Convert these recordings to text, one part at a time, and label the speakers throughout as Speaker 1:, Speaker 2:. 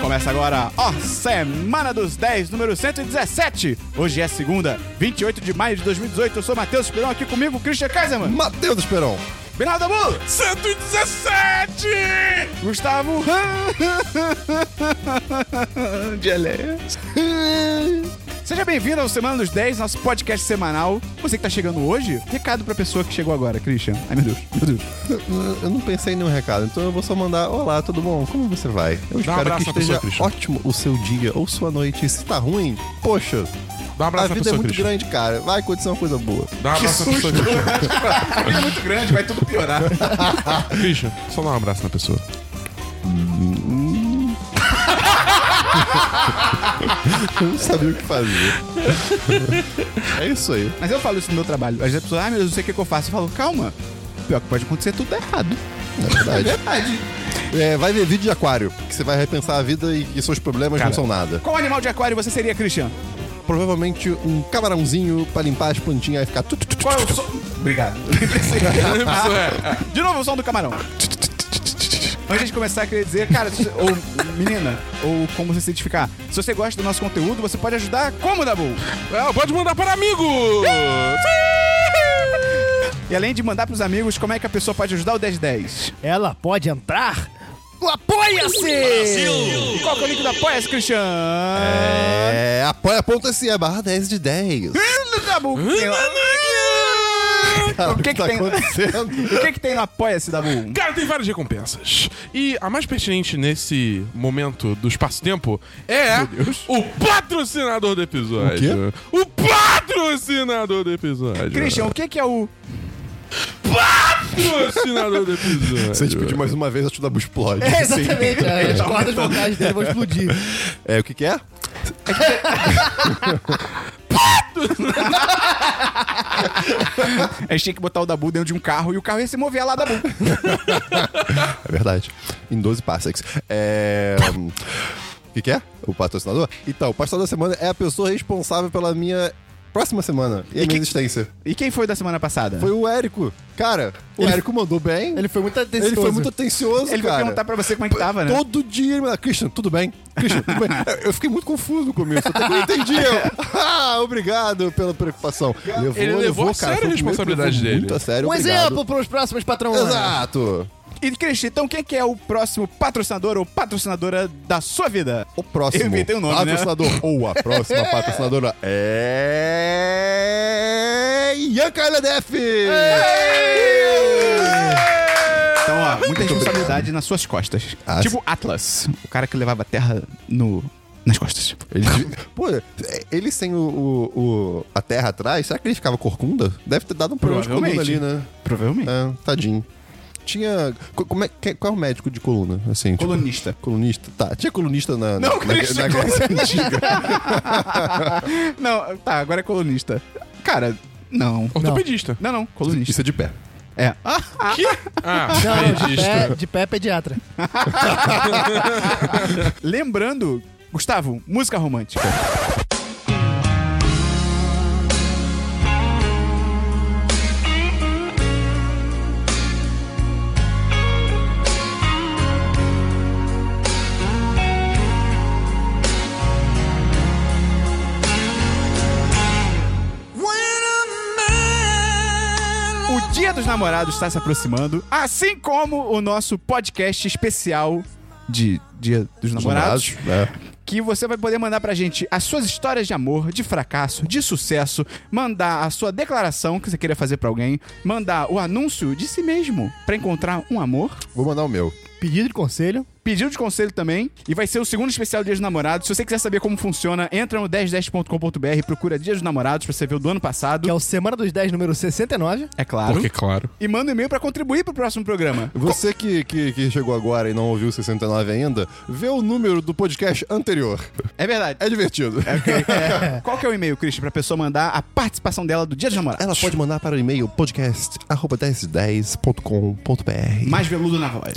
Speaker 1: Começa agora, ó, Semana dos 10, número 117. Hoje é segunda, 28 de maio de 2018. Eu sou Matheus Esperão, aqui comigo, Christian Kaiserman.
Speaker 2: Matheus Esperon.
Speaker 1: Bernardo Dabu,
Speaker 3: 117!
Speaker 1: Gustavo de Eléas. Seja bem-vindo ao Semana dos 10, nosso podcast semanal. Você que tá chegando hoje, recado pra pessoa que chegou agora, Christian. Ai, meu Deus, meu Deus.
Speaker 2: Eu não pensei em nenhum recado, então eu vou só mandar: Olá, tudo bom? Como você vai? Eu espero
Speaker 3: abraço
Speaker 2: que
Speaker 3: na pessoa,
Speaker 2: esteja
Speaker 3: Christian.
Speaker 2: ótimo o seu dia ou sua noite. E se tá ruim, poxa,
Speaker 3: Dá um
Speaker 2: a
Speaker 3: abraço na
Speaker 2: vida é
Speaker 3: pessoa,
Speaker 2: muito
Speaker 3: Christian.
Speaker 2: grande, cara. Vai acontecer uma coisa boa.
Speaker 3: Dá um abraço na pessoa, Christian.
Speaker 1: A vida é muito grande, vai tudo piorar.
Speaker 3: Christian, só dá um abraço na pessoa.
Speaker 2: Eu não sabia o que fazer. é isso aí.
Speaker 1: Mas eu falo isso no meu trabalho. Às vezes a pessoa, ai meu Deus, não sei o que, que eu faço. Eu falo, calma. Pior que pode acontecer tudo errado.
Speaker 2: É verdade.
Speaker 1: Verdade.
Speaker 2: É, vai ver vídeo de aquário, que você vai repensar a vida e, e seus problemas
Speaker 3: Cara.
Speaker 2: não são nada.
Speaker 1: Qual animal de aquário você seria, Christian?
Speaker 2: Provavelmente um camarãozinho pra limpar as plantinhas e ficar. tu, tu, tu, tu,
Speaker 1: Qual é o som? Obrigado.
Speaker 2: É
Speaker 1: De novo o som do camarão. Antes de começar, eu queria dizer, cara, se- ou menina, ou como você se identificar, se você gosta do nosso conteúdo, você pode ajudar como, Dabu?
Speaker 3: É, pode mandar para amigos!
Speaker 1: E além de mandar pros amigos, como é que a pessoa pode ajudar o 1010?
Speaker 4: Ela pode entrar no Apoia-se!
Speaker 1: E qual que é o link do Apoia-se, Christian?
Speaker 2: É, apoia.se barra 10 de 10.
Speaker 1: Dabu, o que tem lá?
Speaker 2: Cara,
Speaker 1: O que que
Speaker 2: tá
Speaker 1: tem?
Speaker 2: acontecendo?
Speaker 1: O que, que tem no Apoia-se, Dabu?
Speaker 3: Cara, tem várias recompensas. E a mais pertinente nesse momento do espaço-tempo é o patrocinador do episódio. O, patrocinador do episódio.
Speaker 1: Christian, o que, que é o.
Speaker 3: patrocinador do episódio.
Speaker 2: Se a gente pedir mais uma vez, a Tudabu explode.
Speaker 4: É, exatamente,
Speaker 2: tá
Speaker 4: é, as cordas vocais dele vão explodir.
Speaker 2: É, o que que é?
Speaker 1: A gente tinha que botar o Dabu dentro de um carro e o carro ia se mover lá, Dabu.
Speaker 2: É verdade. Em 12 parsecs. É... hum, O que que é? O patrocinador? Então, o patrocinador da semana é a pessoa responsável pela minha próxima semana e, a minha existência.
Speaker 1: E quem foi da semana passada?
Speaker 2: Foi o Érico. Cara, o Érico mandou bem.
Speaker 4: Ele foi muito atencioso.
Speaker 2: Ele foi muito atencioso,
Speaker 1: Ele vai
Speaker 2: cara.
Speaker 1: perguntar pra você como é que tava, né?
Speaker 2: Todo dia ele me fala, Christian, tudo bem? Christian, tudo bem? Eu- Eu fiquei muito confuso no começo, até que eu entendi. Eu, ah, obrigado pela preocupação. Levou,
Speaker 3: Ele levou a
Speaker 2: cara,
Speaker 3: sério
Speaker 2: foi o
Speaker 3: a
Speaker 2: primeiro que
Speaker 3: responsabilidade
Speaker 2: levou
Speaker 3: dele.
Speaker 2: Muito a sério,
Speaker 4: Um
Speaker 2: obrigado.
Speaker 4: exemplo para os próximos patrões.
Speaker 2: Exato.
Speaker 1: E, Cristian, então quem que é o próximo patrocinador ou patrocinadora da sua vida?
Speaker 2: O próximo
Speaker 1: Eu inventei o nome, né?
Speaker 2: patrocinador ou a próxima patrocinadora é. Yanka LDF!
Speaker 1: Então, ó, muita responsabilidade nas suas costas.
Speaker 2: Ah,
Speaker 1: tipo Atlas, o cara que levava a terra no... nas costas.
Speaker 2: Ele, pô, ele sem o, o- o- a terra atrás, será que ele ficava corcunda? Deve ter dado um problema de coluna ali,
Speaker 1: Provavelmente.
Speaker 2: né?
Speaker 1: Provavelmente.
Speaker 2: É, tadinho. Tinha. co- Como é, que- qual é o médico de coluna? Assim, tipo,
Speaker 1: Colunista.
Speaker 2: colunista? Tá, tinha colunista na, na,
Speaker 1: Não,
Speaker 2: na,
Speaker 1: Christian,
Speaker 2: na Grécia Antiga.
Speaker 1: Não, tá, agora é colunista. Cara, não.
Speaker 3: Ortopedista.
Speaker 1: Não, não, colunista.
Speaker 2: Isso é de pé.
Speaker 1: É. Ah,
Speaker 3: Que? Ah,
Speaker 4: Não, de
Speaker 3: pedista.
Speaker 4: pé, de pé é pediatra.
Speaker 1: lembrando, Gustavo, música romântica. O Dia dos Namorados está se aproximando, assim como o nosso podcast especial de Dia dos Namorados,
Speaker 2: Namorados, é.
Speaker 1: que você vai poder mandar pra gente as suas histórias de amor, de fracasso, de sucesso, mandar a sua declaração que você queira fazer pra alguém, mandar o anúncio de si mesmo pra encontrar um amor.
Speaker 2: é. Vou mandar o meu.
Speaker 4: Pedido de conselho.
Speaker 1: Pedido de conselho também, e vai ser o segundo especial Dia dos Namorados. Se você quiser saber como funciona, entra no 1010.com.br, procura Dia dos Namorados pra você ver o do ano
Speaker 4: Que é
Speaker 1: passado.
Speaker 4: o Semana dos 10, número 69.
Speaker 1: É claro.
Speaker 3: Porque, claro.
Speaker 1: E manda um e-mail pra contribuir pro próximo programa.
Speaker 2: Você que, que, que chegou agora e não ouviu o 69 ainda, vê o número do podcast anterior.
Speaker 1: É verdade.
Speaker 2: É divertido.
Speaker 1: Qual que é o e-mail, Christian, pra pessoa mandar a participação dela do Dia dos Namorados?
Speaker 2: Ela pode mandar para o e-mail podcast.1010.com.br
Speaker 1: Mais veludo na voz.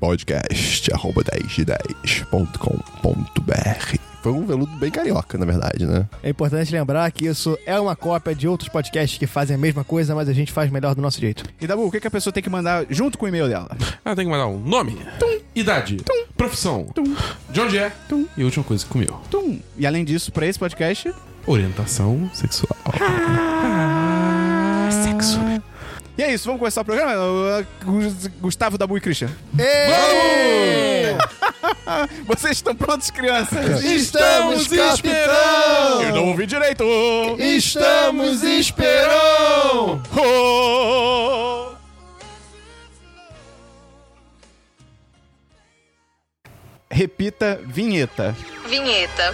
Speaker 2: podcast.1010.com.br Foi um veludo bem carioca, na verdade, né?
Speaker 4: É importante lembrar que isso é uma cópia de outros podcasts que fazem a mesma coisa, mas a gente faz melhor do nosso jeito.
Speaker 3: Ah,
Speaker 1: E Dabu, o que, que a pessoa tem que mandar junto com o e-mail dela?
Speaker 3: Ela tem que mandar um nome, idade, profissão, profissão, de onde é e a última coisa que comeu.
Speaker 1: Tum. E além disso, pra esse podcast,
Speaker 3: Orientação sexual.
Speaker 1: sexo. E é isso, vamos começar o programa? Uh, Gus- Gustavo, Dabu e Christian. Vocês estão prontos, crianças?
Speaker 2: Estamos
Speaker 4: É.
Speaker 1: Eu não ouvi direito!
Speaker 2: Estamos esperando!
Speaker 1: Oh! Repita vinheta.
Speaker 5: Vinheta.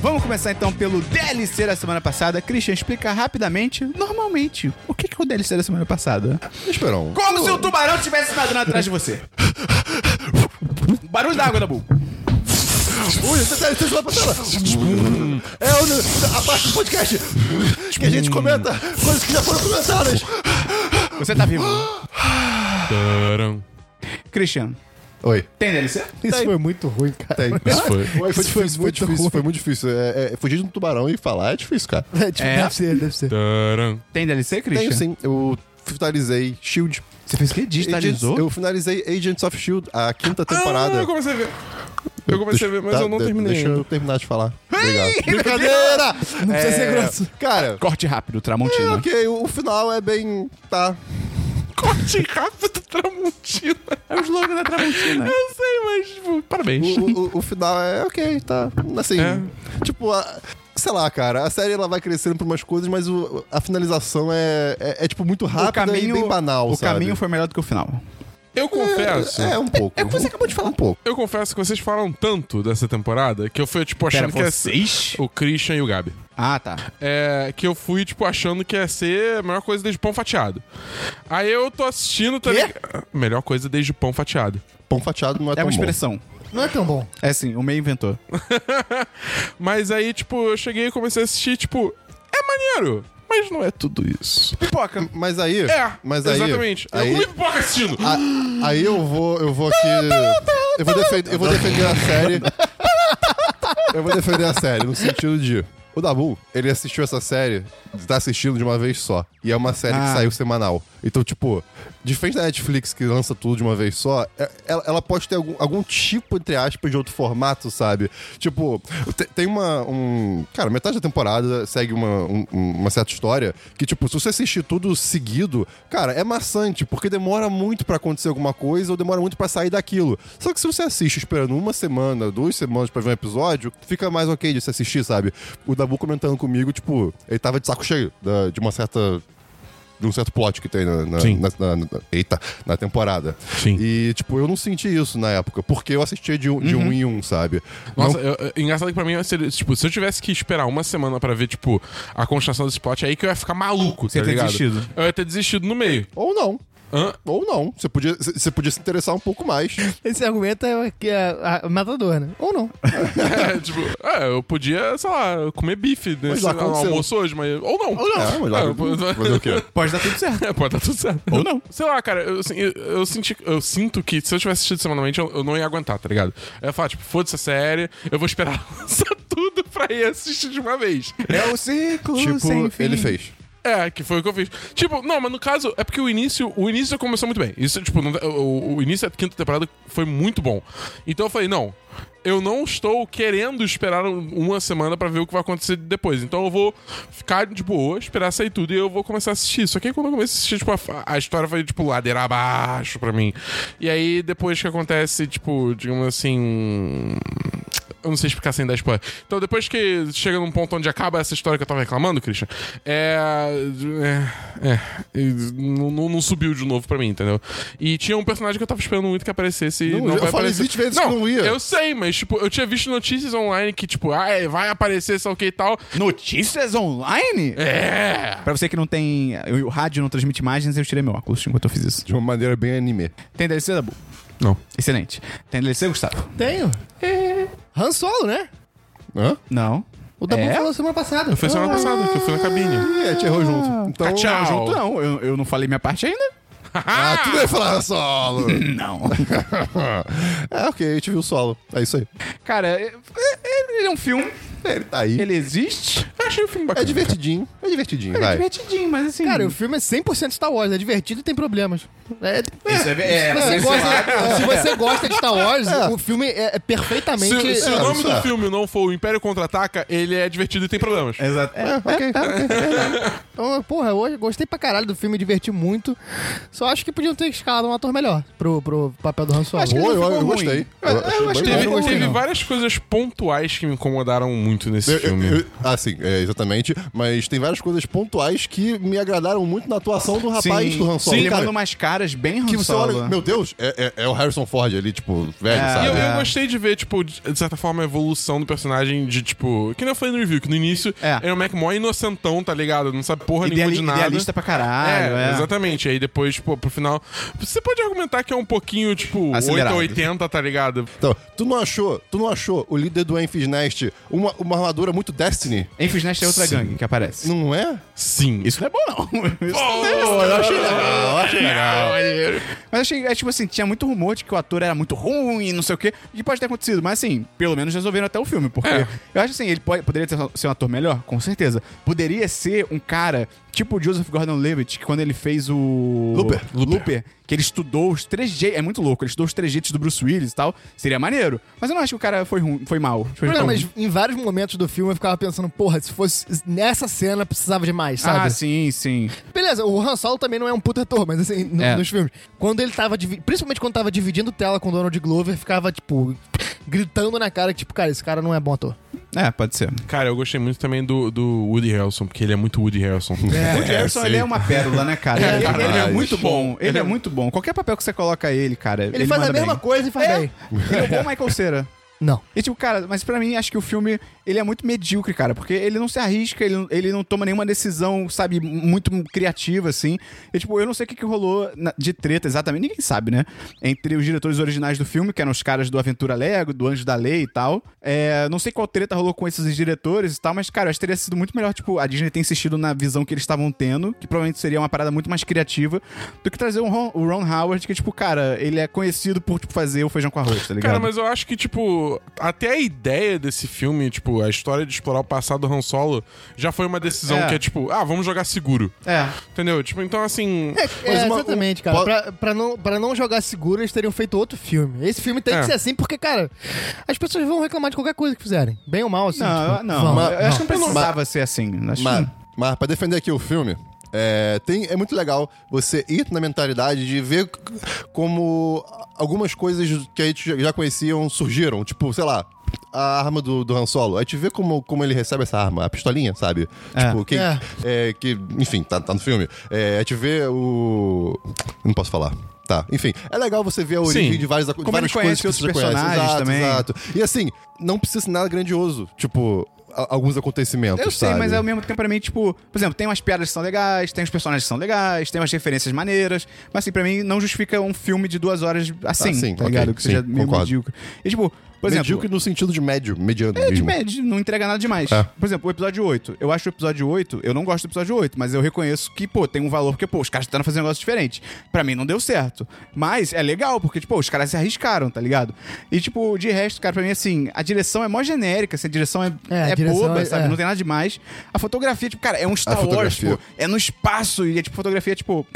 Speaker 1: Vamos começar então pelo DLC da semana passada. Christian, explica rapidamente, normalmente, o que que é o DLC da semana passada?
Speaker 2: Esperão.
Speaker 1: Como se o tubarão estivesse nadando atrás de você. Barulho da água, Dabu.
Speaker 2: Ui, você tá licença lá pra tela. É o- a parte do podcast que a gente comenta coisas que já foram comentadas.
Speaker 1: Você tá vivo.
Speaker 3: Taram.
Speaker 1: Christian,
Speaker 2: Oi.
Speaker 1: tem DLC?
Speaker 4: Isso
Speaker 2: Tem.
Speaker 4: foi muito ruim, cara.
Speaker 2: Tem.
Speaker 3: Isso
Speaker 2: Foi,
Speaker 3: foi.
Speaker 2: foi
Speaker 4: Isso foi
Speaker 2: difícil, foi
Speaker 4: muito
Speaker 2: difícil,
Speaker 4: ruim.
Speaker 2: foi muito difícil. É, é, fugir de um tubarão e falar é difícil, cara.
Speaker 4: É, tipo,
Speaker 1: É.
Speaker 4: Deve ser, deve ser.
Speaker 3: Taram.
Speaker 1: Tem DLC, Christian?
Speaker 2: Tenho sim, eu finalizei Shield.
Speaker 1: Você fez o quê? Digitalizou?
Speaker 2: Agents- Eu finalizei Agents of Shield, a quinta temporada.
Speaker 3: Ah, eu comecei a ver. Eu comecei a ver, mas
Speaker 2: Tá,
Speaker 3: eu não
Speaker 2: de-
Speaker 3: terminei.
Speaker 2: Deixa
Speaker 3: ainda.
Speaker 2: eu terminar de falar. Obrigado. É,
Speaker 1: Brincadeira!
Speaker 4: Não precisa ser grosso.
Speaker 2: Cara,
Speaker 1: Corte rápido,
Speaker 2: é,
Speaker 1: Tramontina.
Speaker 2: ok, o o final é bem. Tá.
Speaker 3: Corte rápido, Tramontina.
Speaker 1: É o slogan da Tramontina.
Speaker 3: Eu sei, mas, tipo,
Speaker 2: O,
Speaker 3: parabéns.
Speaker 2: o- o final é ok, tá. Assim.
Speaker 3: É.
Speaker 2: Tipo, a- sei lá, cara, a série ela vai crescendo pra umas coisas, mas o- a finalização é, é, é, tipo, muito rápida e bem banal,
Speaker 1: o
Speaker 2: sabe?
Speaker 1: caminho foi melhor do que o final.
Speaker 3: Eu confesso.
Speaker 2: É, é um pouco.
Speaker 1: É o que você acabou de falar.
Speaker 2: Um pouco.
Speaker 3: Eu confesso que vocês falam tanto dessa temporada que eu fui, tipo, achando que ia ser o Christian e o Gabi.
Speaker 1: Ah, é tá.
Speaker 3: É, que eu fui, tipo, achando que ia ser a melhor coisa desde pão fatiado. Aí eu tô assistindo, tá
Speaker 4: Quê?
Speaker 3: ligado? Melhor coisa desde pão fatiado.
Speaker 2: Pão fatiado não é,
Speaker 1: É
Speaker 2: tão
Speaker 1: uma
Speaker 2: bom.
Speaker 1: expressão.
Speaker 4: Não é tão bom.
Speaker 1: É sim, o meio inventor.
Speaker 3: Mas aí, tipo, eu cheguei e comecei a assistir, tipo, é maneiro, mas não é tudo isso.
Speaker 1: Pipoca.
Speaker 2: Mas aí.
Speaker 3: É,
Speaker 2: mas aí,
Speaker 3: exatamente.
Speaker 2: Aí, Ah,
Speaker 3: Eu comi pipoca assistindo.
Speaker 2: a- aí eu vou. Eu vou aqui. Eu vou, defender, eu vou defender a série. Eu vou defender a série no sentido de. O Dabu, ele assistiu essa série, tá assistindo de uma vez só. E é uma série
Speaker 1: Ah.
Speaker 2: que saiu semanal. Então, tipo, diferente da Netflix que lança tudo de uma vez só, é- ela, ela pode ter algum, algum tipo, entre aspas, de outro formato, sabe? Tipo, te- tem uma. Um, cara, metade da temporada segue uma, um- um- uma certa história que, tipo, se você assistir tudo seguido, cara, é maçante, porque demora muito pra acontecer alguma coisa ou demora muito pra sair daquilo. Só que se você assiste esperando uma semana, duas semanas pra ver um episódio, fica mais ok de se assistir, sabe? O Dabu comentando comigo, tipo, ele tava de saco cheio da- de uma certa de um certo plot que tem na, na-
Speaker 3: Sim.
Speaker 2: na- na- na- eita, na temporada.
Speaker 3: Sim.
Speaker 2: E, tipo, eu não senti isso na época, porque eu assistia de, um- de um em um, sabe?
Speaker 3: Nossa, eu- eu- engraçado que pra mim, se, tipo, se eu tivesse que esperar uma semana pra ver, tipo, a continuação desse plot, é aí que eu ia ficar maluco,
Speaker 1: Você ia
Speaker 3: tá
Speaker 1: ter
Speaker 3: ligado?
Speaker 1: desistido.
Speaker 3: Eu ia ter desistido no meio.
Speaker 2: Ou não.
Speaker 3: Hã?
Speaker 2: Ou não. Você podia, c- você podia se interessar um pouco mais.
Speaker 4: Esse argumento é, que é a- a matador, né? Ou não.
Speaker 3: É, tipo, é, eu podia, sei lá, comer bife nesse
Speaker 2: lá aconteceu.
Speaker 3: almoço hoje, mas. Ou não. Ou
Speaker 2: É, mas lá- fazer o quê?
Speaker 1: Pode dar tudo certo.
Speaker 3: É, pode dar tudo certo.
Speaker 1: Ou não.
Speaker 3: Sei lá, cara, eu, assim, eu, eu senti, eu sinto que se eu tivesse assistido semanalmente, eu, eu não ia aguentar, tá ligado? Eu ia falar, tipo, foda-se a série, eu vou esperar lançar tudo pra ir assistir de uma vez.
Speaker 1: É o ciclo
Speaker 2: Tipo,
Speaker 1: sem fim.
Speaker 2: ele fez.
Speaker 3: É, que foi o que eu fiz. Tipo, não, mas no caso, é porque o início, o início começou muito bem. Isso, tipo, não- o, o início da quinta temporada foi muito bom. Então eu falei, não, eu não estou querendo esperar um- uma semana pra ver o que vai acontecer depois. Então eu vou ficar de boa, esperar sair tudo e eu vou começar a assistir. Só que aí quando eu comecei a assistir, tipo, a, a história foi, tipo, ladeira abaixo pra mim. E aí, depois que acontece, tipo, digamos assim, um- eu não sei explicar sem dar spoiler. Então, depois que chega num ponto onde acaba essa história que eu tava reclamando, Christian, é. É. é e não, não- não subiu de novo pra mim, entendeu? E tinha um personagem que eu tava esperando muito que aparecesse e
Speaker 2: Não,
Speaker 3: não,
Speaker 2: eu
Speaker 3: vai
Speaker 2: falei
Speaker 3: aparecer.
Speaker 2: 20 vezes que não ia.
Speaker 3: Eu sei, mas, tipo, eu tinha visto notícias online que, tipo, ah, é, vai aparecer, sei lá o que e tal.
Speaker 1: Notícias online?
Speaker 3: É!
Speaker 1: Pra você que não tem. O rádio não transmite imagens, eu tirei meu óculos enquanto eu fiz isso.
Speaker 2: De uma maneira bem anime.
Speaker 1: Tem DLC, Dabu?
Speaker 3: Não.
Speaker 1: Excelente. Tem DLC, Gustavo?
Speaker 4: Tenho. Han Solo, né?
Speaker 2: Hã?
Speaker 1: Não.
Speaker 4: O Dabu
Speaker 1: É?
Speaker 4: falou semana passada.
Speaker 3: Foi semana passada que eu fui na cabine.
Speaker 1: Ah, tá,
Speaker 2: É, te errou junto. Então,
Speaker 1: Junto não, eu, eu não falei minha parte ainda.
Speaker 2: Ah, tudo é falar solo.
Speaker 1: Não.
Speaker 2: é, ok, a gente viu o solo. É isso aí.
Speaker 1: Cara, é- é- ele é um filme.
Speaker 2: Ele tá aí.
Speaker 1: Ele existe.
Speaker 3: Eu achei o filme
Speaker 2: É
Speaker 3: bacana.
Speaker 2: divertidinho. É divertidinho,
Speaker 1: É
Speaker 2: vai.
Speaker 1: divertidinho, mas assim.
Speaker 4: Cara, o filme é 100% Star Wars, é divertido e tem problemas. É,
Speaker 1: Isso é, é,
Speaker 4: se, você
Speaker 1: mas
Speaker 4: gosta, se você gosta de Star Wars, o filme é, é perfeitamente.
Speaker 3: Se, se o
Speaker 2: É,
Speaker 3: nome
Speaker 2: isso
Speaker 3: do
Speaker 2: é.
Speaker 3: filme não for O Império Contra-Ataca, ele é divertido e tem problemas.
Speaker 1: Exato.
Speaker 2: É, ok,
Speaker 4: tá, Então, porra, hoje gostei pra caralho do filme, diverti muito. Só acho que podiam ter escalado um ator melhor pro, pro papel do Han Solo.
Speaker 1: Acho que-
Speaker 2: Pô, eu, eu
Speaker 1: Ficou ruim.
Speaker 2: gostei. Eu, eu achei
Speaker 3: Teve,
Speaker 4: não gostei,
Speaker 3: teve
Speaker 4: não.
Speaker 3: várias coisas pontuais que me incomodaram muito nesse
Speaker 2: Eu-
Speaker 3: filme.
Speaker 2: eu- eu- ah, sim, é, exatamente. Mas tem várias coisas pontuais que me agradaram muito na atuação do rapaz do Han Solo.
Speaker 1: Sim, ele
Speaker 2: cara,
Speaker 1: manda umas caras bem
Speaker 2: que
Speaker 1: Han
Speaker 2: você
Speaker 1: Solo.
Speaker 2: olha, meu Deus, é, é- é o Harrison Ford ali, tipo, velho,
Speaker 1: É.
Speaker 3: E
Speaker 2: sabe?
Speaker 3: eu, eu
Speaker 1: É.
Speaker 3: gostei de ver, tipo, de de certa forma, a evolução do personagem de, tipo... Que nem eu falei no review, que no início
Speaker 1: É.
Speaker 3: era o Mac mó inocentão, tá ligado? Não sabe
Speaker 2: é
Speaker 3: porra nenhuma
Speaker 1: Ideali-
Speaker 3: de nada.
Speaker 1: idealista pra caralho.
Speaker 3: é,
Speaker 1: É,
Speaker 3: exatamente. Aí depois, tipo, pro final... Você pode argumentar que é um pouquinho, tipo,
Speaker 1: Acelerado.
Speaker 3: 8 a 80, tá ligado?
Speaker 2: Então, tu não achou, tu não achou o líder do Enfys Nest uma, uma armadura muito Destiny?
Speaker 1: Enfis Nest é outra gangue que aparece.
Speaker 2: Não é?
Speaker 3: Sim.
Speaker 1: Isso não é bom, não. Isso não é
Speaker 3: Pô, eu achei
Speaker 2: legal, eu achei legal.
Speaker 1: Mas achei, é, tipo assim, tinha muito rumor de que o ator era muito ruim, não sei o quê. E pode ter acontecido, mas assim, pelo menos resolveram até o filme, porque eu acho assim, ele pode, poderia ter- ser um ator melhor, com certeza. Poderia ser um cara tipo o Joseph Gordon-Levitt, que quando ele fez o
Speaker 2: Looper.
Speaker 1: Looper, que ele estudou os três jeitos, é muito louco, ele estudou os três jeitos do Bruce Willis e tal, seria maneiro. Mas eu não acho que o cara foi ruim, foi mal. Tipo, ele
Speaker 4: Não,
Speaker 1: tão-
Speaker 4: mas em vários momentos do filme eu ficava pensando, porra, se fosse nessa cena precisava de mais, sabe?
Speaker 1: Ah, sim, sim.
Speaker 4: Beleza, o Han Solo também não é um puta ator, mas assim, no-
Speaker 1: É.
Speaker 4: nos filmes. Quando ele tava, divi- principalmente quando tava dividindo tela com o Donald Glover, ficava, tipo, gritando na cara, tipo, cara, esse cara não é bom ator.
Speaker 1: É, pode ser.
Speaker 3: Cara, eu gostei muito também do, do Woody Harrelson, porque ele é muito Woody Harrelson.
Speaker 1: O Harrison, ele é uma pérola, né, cara?
Speaker 3: É,
Speaker 1: ele, ele é
Speaker 3: caralho.
Speaker 1: muito bom. Ele,
Speaker 3: Ele
Speaker 1: é,
Speaker 3: é-
Speaker 1: muito bom. Qualquer papel que você coloca ele, cara. Ele,
Speaker 4: Ele, faz a
Speaker 1: manda
Speaker 4: mesma
Speaker 1: bem.
Speaker 4: coisa e faz
Speaker 1: É.
Speaker 4: bem.
Speaker 1: Ele é um bom Michael Cera.
Speaker 4: Não.
Speaker 1: E tipo, cara, mas pra mim acho que o filme ele é muito medíocre, cara, porque ele não se arrisca, ele, ele não toma nenhuma decisão, sabe, muito criativa, assim. E tipo, eu não sei o que, que rolou na- de treta exatamente, ninguém sabe, né? Entre os diretores originais do filme, que eram os caras do Aventura Lego, do Anjo da Lei e tal. É, não sei qual treta rolou com esses diretores e tal, mas, cara, eu acho que teria sido muito melhor, tipo, a Disney ter insistido na visão que eles estavam tendo, que provavelmente seria uma parada muito mais criativa, do que trazer o Ron, o Ron Howard, que, tipo, cara, ele é conhecido por, tipo, fazer o feijão com arroz, tá ligado?
Speaker 3: Cara, mas eu acho que, tipo, até a ideia desse filme, tipo, a história de explorar o passado do Han Solo, já foi uma decisão
Speaker 1: É.
Speaker 3: que é tipo, ah, vamos jogar seguro.
Speaker 1: É.
Speaker 3: Entendeu? Tipo, então assim.
Speaker 4: É,
Speaker 2: Mas
Speaker 4: é,
Speaker 2: uma-
Speaker 4: exatamente,
Speaker 2: um-
Speaker 4: cara.
Speaker 2: po-
Speaker 4: Pra, pra não, pra não jogar seguro, eles teriam feito outro filme. Esse filme tem
Speaker 3: É.
Speaker 4: que ser assim, porque, cara, as pessoas vão reclamar de qualquer coisa que fizerem. Bem ou mal, assim.
Speaker 1: Não,
Speaker 4: tipo,
Speaker 1: não.
Speaker 4: vão.
Speaker 1: eu acho que não
Speaker 2: Mas-
Speaker 1: precisava ser assim. Acho
Speaker 2: Mas,
Speaker 1: que...
Speaker 2: mas pra defender aqui o filme, é, tem, é muito legal você ir na mentalidade de ver c- como algumas coisas que a gente já conheciam surgiram. Tipo, sei lá, a arma do, do Han Solo. A gente vê como, como ele recebe essa arma, a pistolinha, sabe?
Speaker 1: É.
Speaker 2: Tipo, que,
Speaker 4: É.
Speaker 2: é, que enfim, tá, tá no filme. É, a gente vê o... Não posso falar. Tá, enfim, é legal você ver a origem
Speaker 3: Sim.
Speaker 2: de várias, de
Speaker 1: ele
Speaker 2: várias
Speaker 1: conhece
Speaker 2: coisas que
Speaker 1: outros
Speaker 2: você já conhece.
Speaker 1: personagens
Speaker 2: Exato,
Speaker 1: também.
Speaker 2: exato. E assim, não precisa ser nada grandioso. Tipo, a- alguns acontecimentos,
Speaker 1: Eu sei,
Speaker 2: sabe?
Speaker 1: mas ao mesmo tempo, pra mim, tipo, por exemplo, tem umas piadas que são legais, tem os personagens que são legais, tem umas referências maneiras, mas assim, pra mim não justifica um filme de duas horas assim,
Speaker 2: Ah, sim,
Speaker 1: tá
Speaker 2: ok,
Speaker 1: ligado? Que
Speaker 2: sim,
Speaker 1: seja meio
Speaker 2: concordo.
Speaker 1: medíocre. E tipo, por exemplo.
Speaker 2: Medíocre no sentido de médio, mediano
Speaker 1: É, de
Speaker 2: mesmo.
Speaker 1: médio, não entrega nada demais.
Speaker 2: É.
Speaker 1: Por exemplo, o episódio 8. Eu acho o episódio 8, eu não gosto do episódio 8, mas eu reconheço que, pô, tem um valor, porque, pô, os caras tentando fazer um negócio diferente. Pra mim não deu certo. Mas é legal, porque, tipo, os caras se arriscaram, tá ligado? E, tipo, de resto, cara, pra mim, assim, a direção é mó genérica, assim, a direção é,
Speaker 4: É, a
Speaker 1: é
Speaker 4: direção
Speaker 1: boba,
Speaker 4: é-
Speaker 1: sabe?
Speaker 4: é.
Speaker 1: Não tem nada demais. A fotografia, tipo, cara, é um Star Wars,
Speaker 2: fotografia.
Speaker 1: tipo, é no espaço e é, tipo, fotografia, tipo,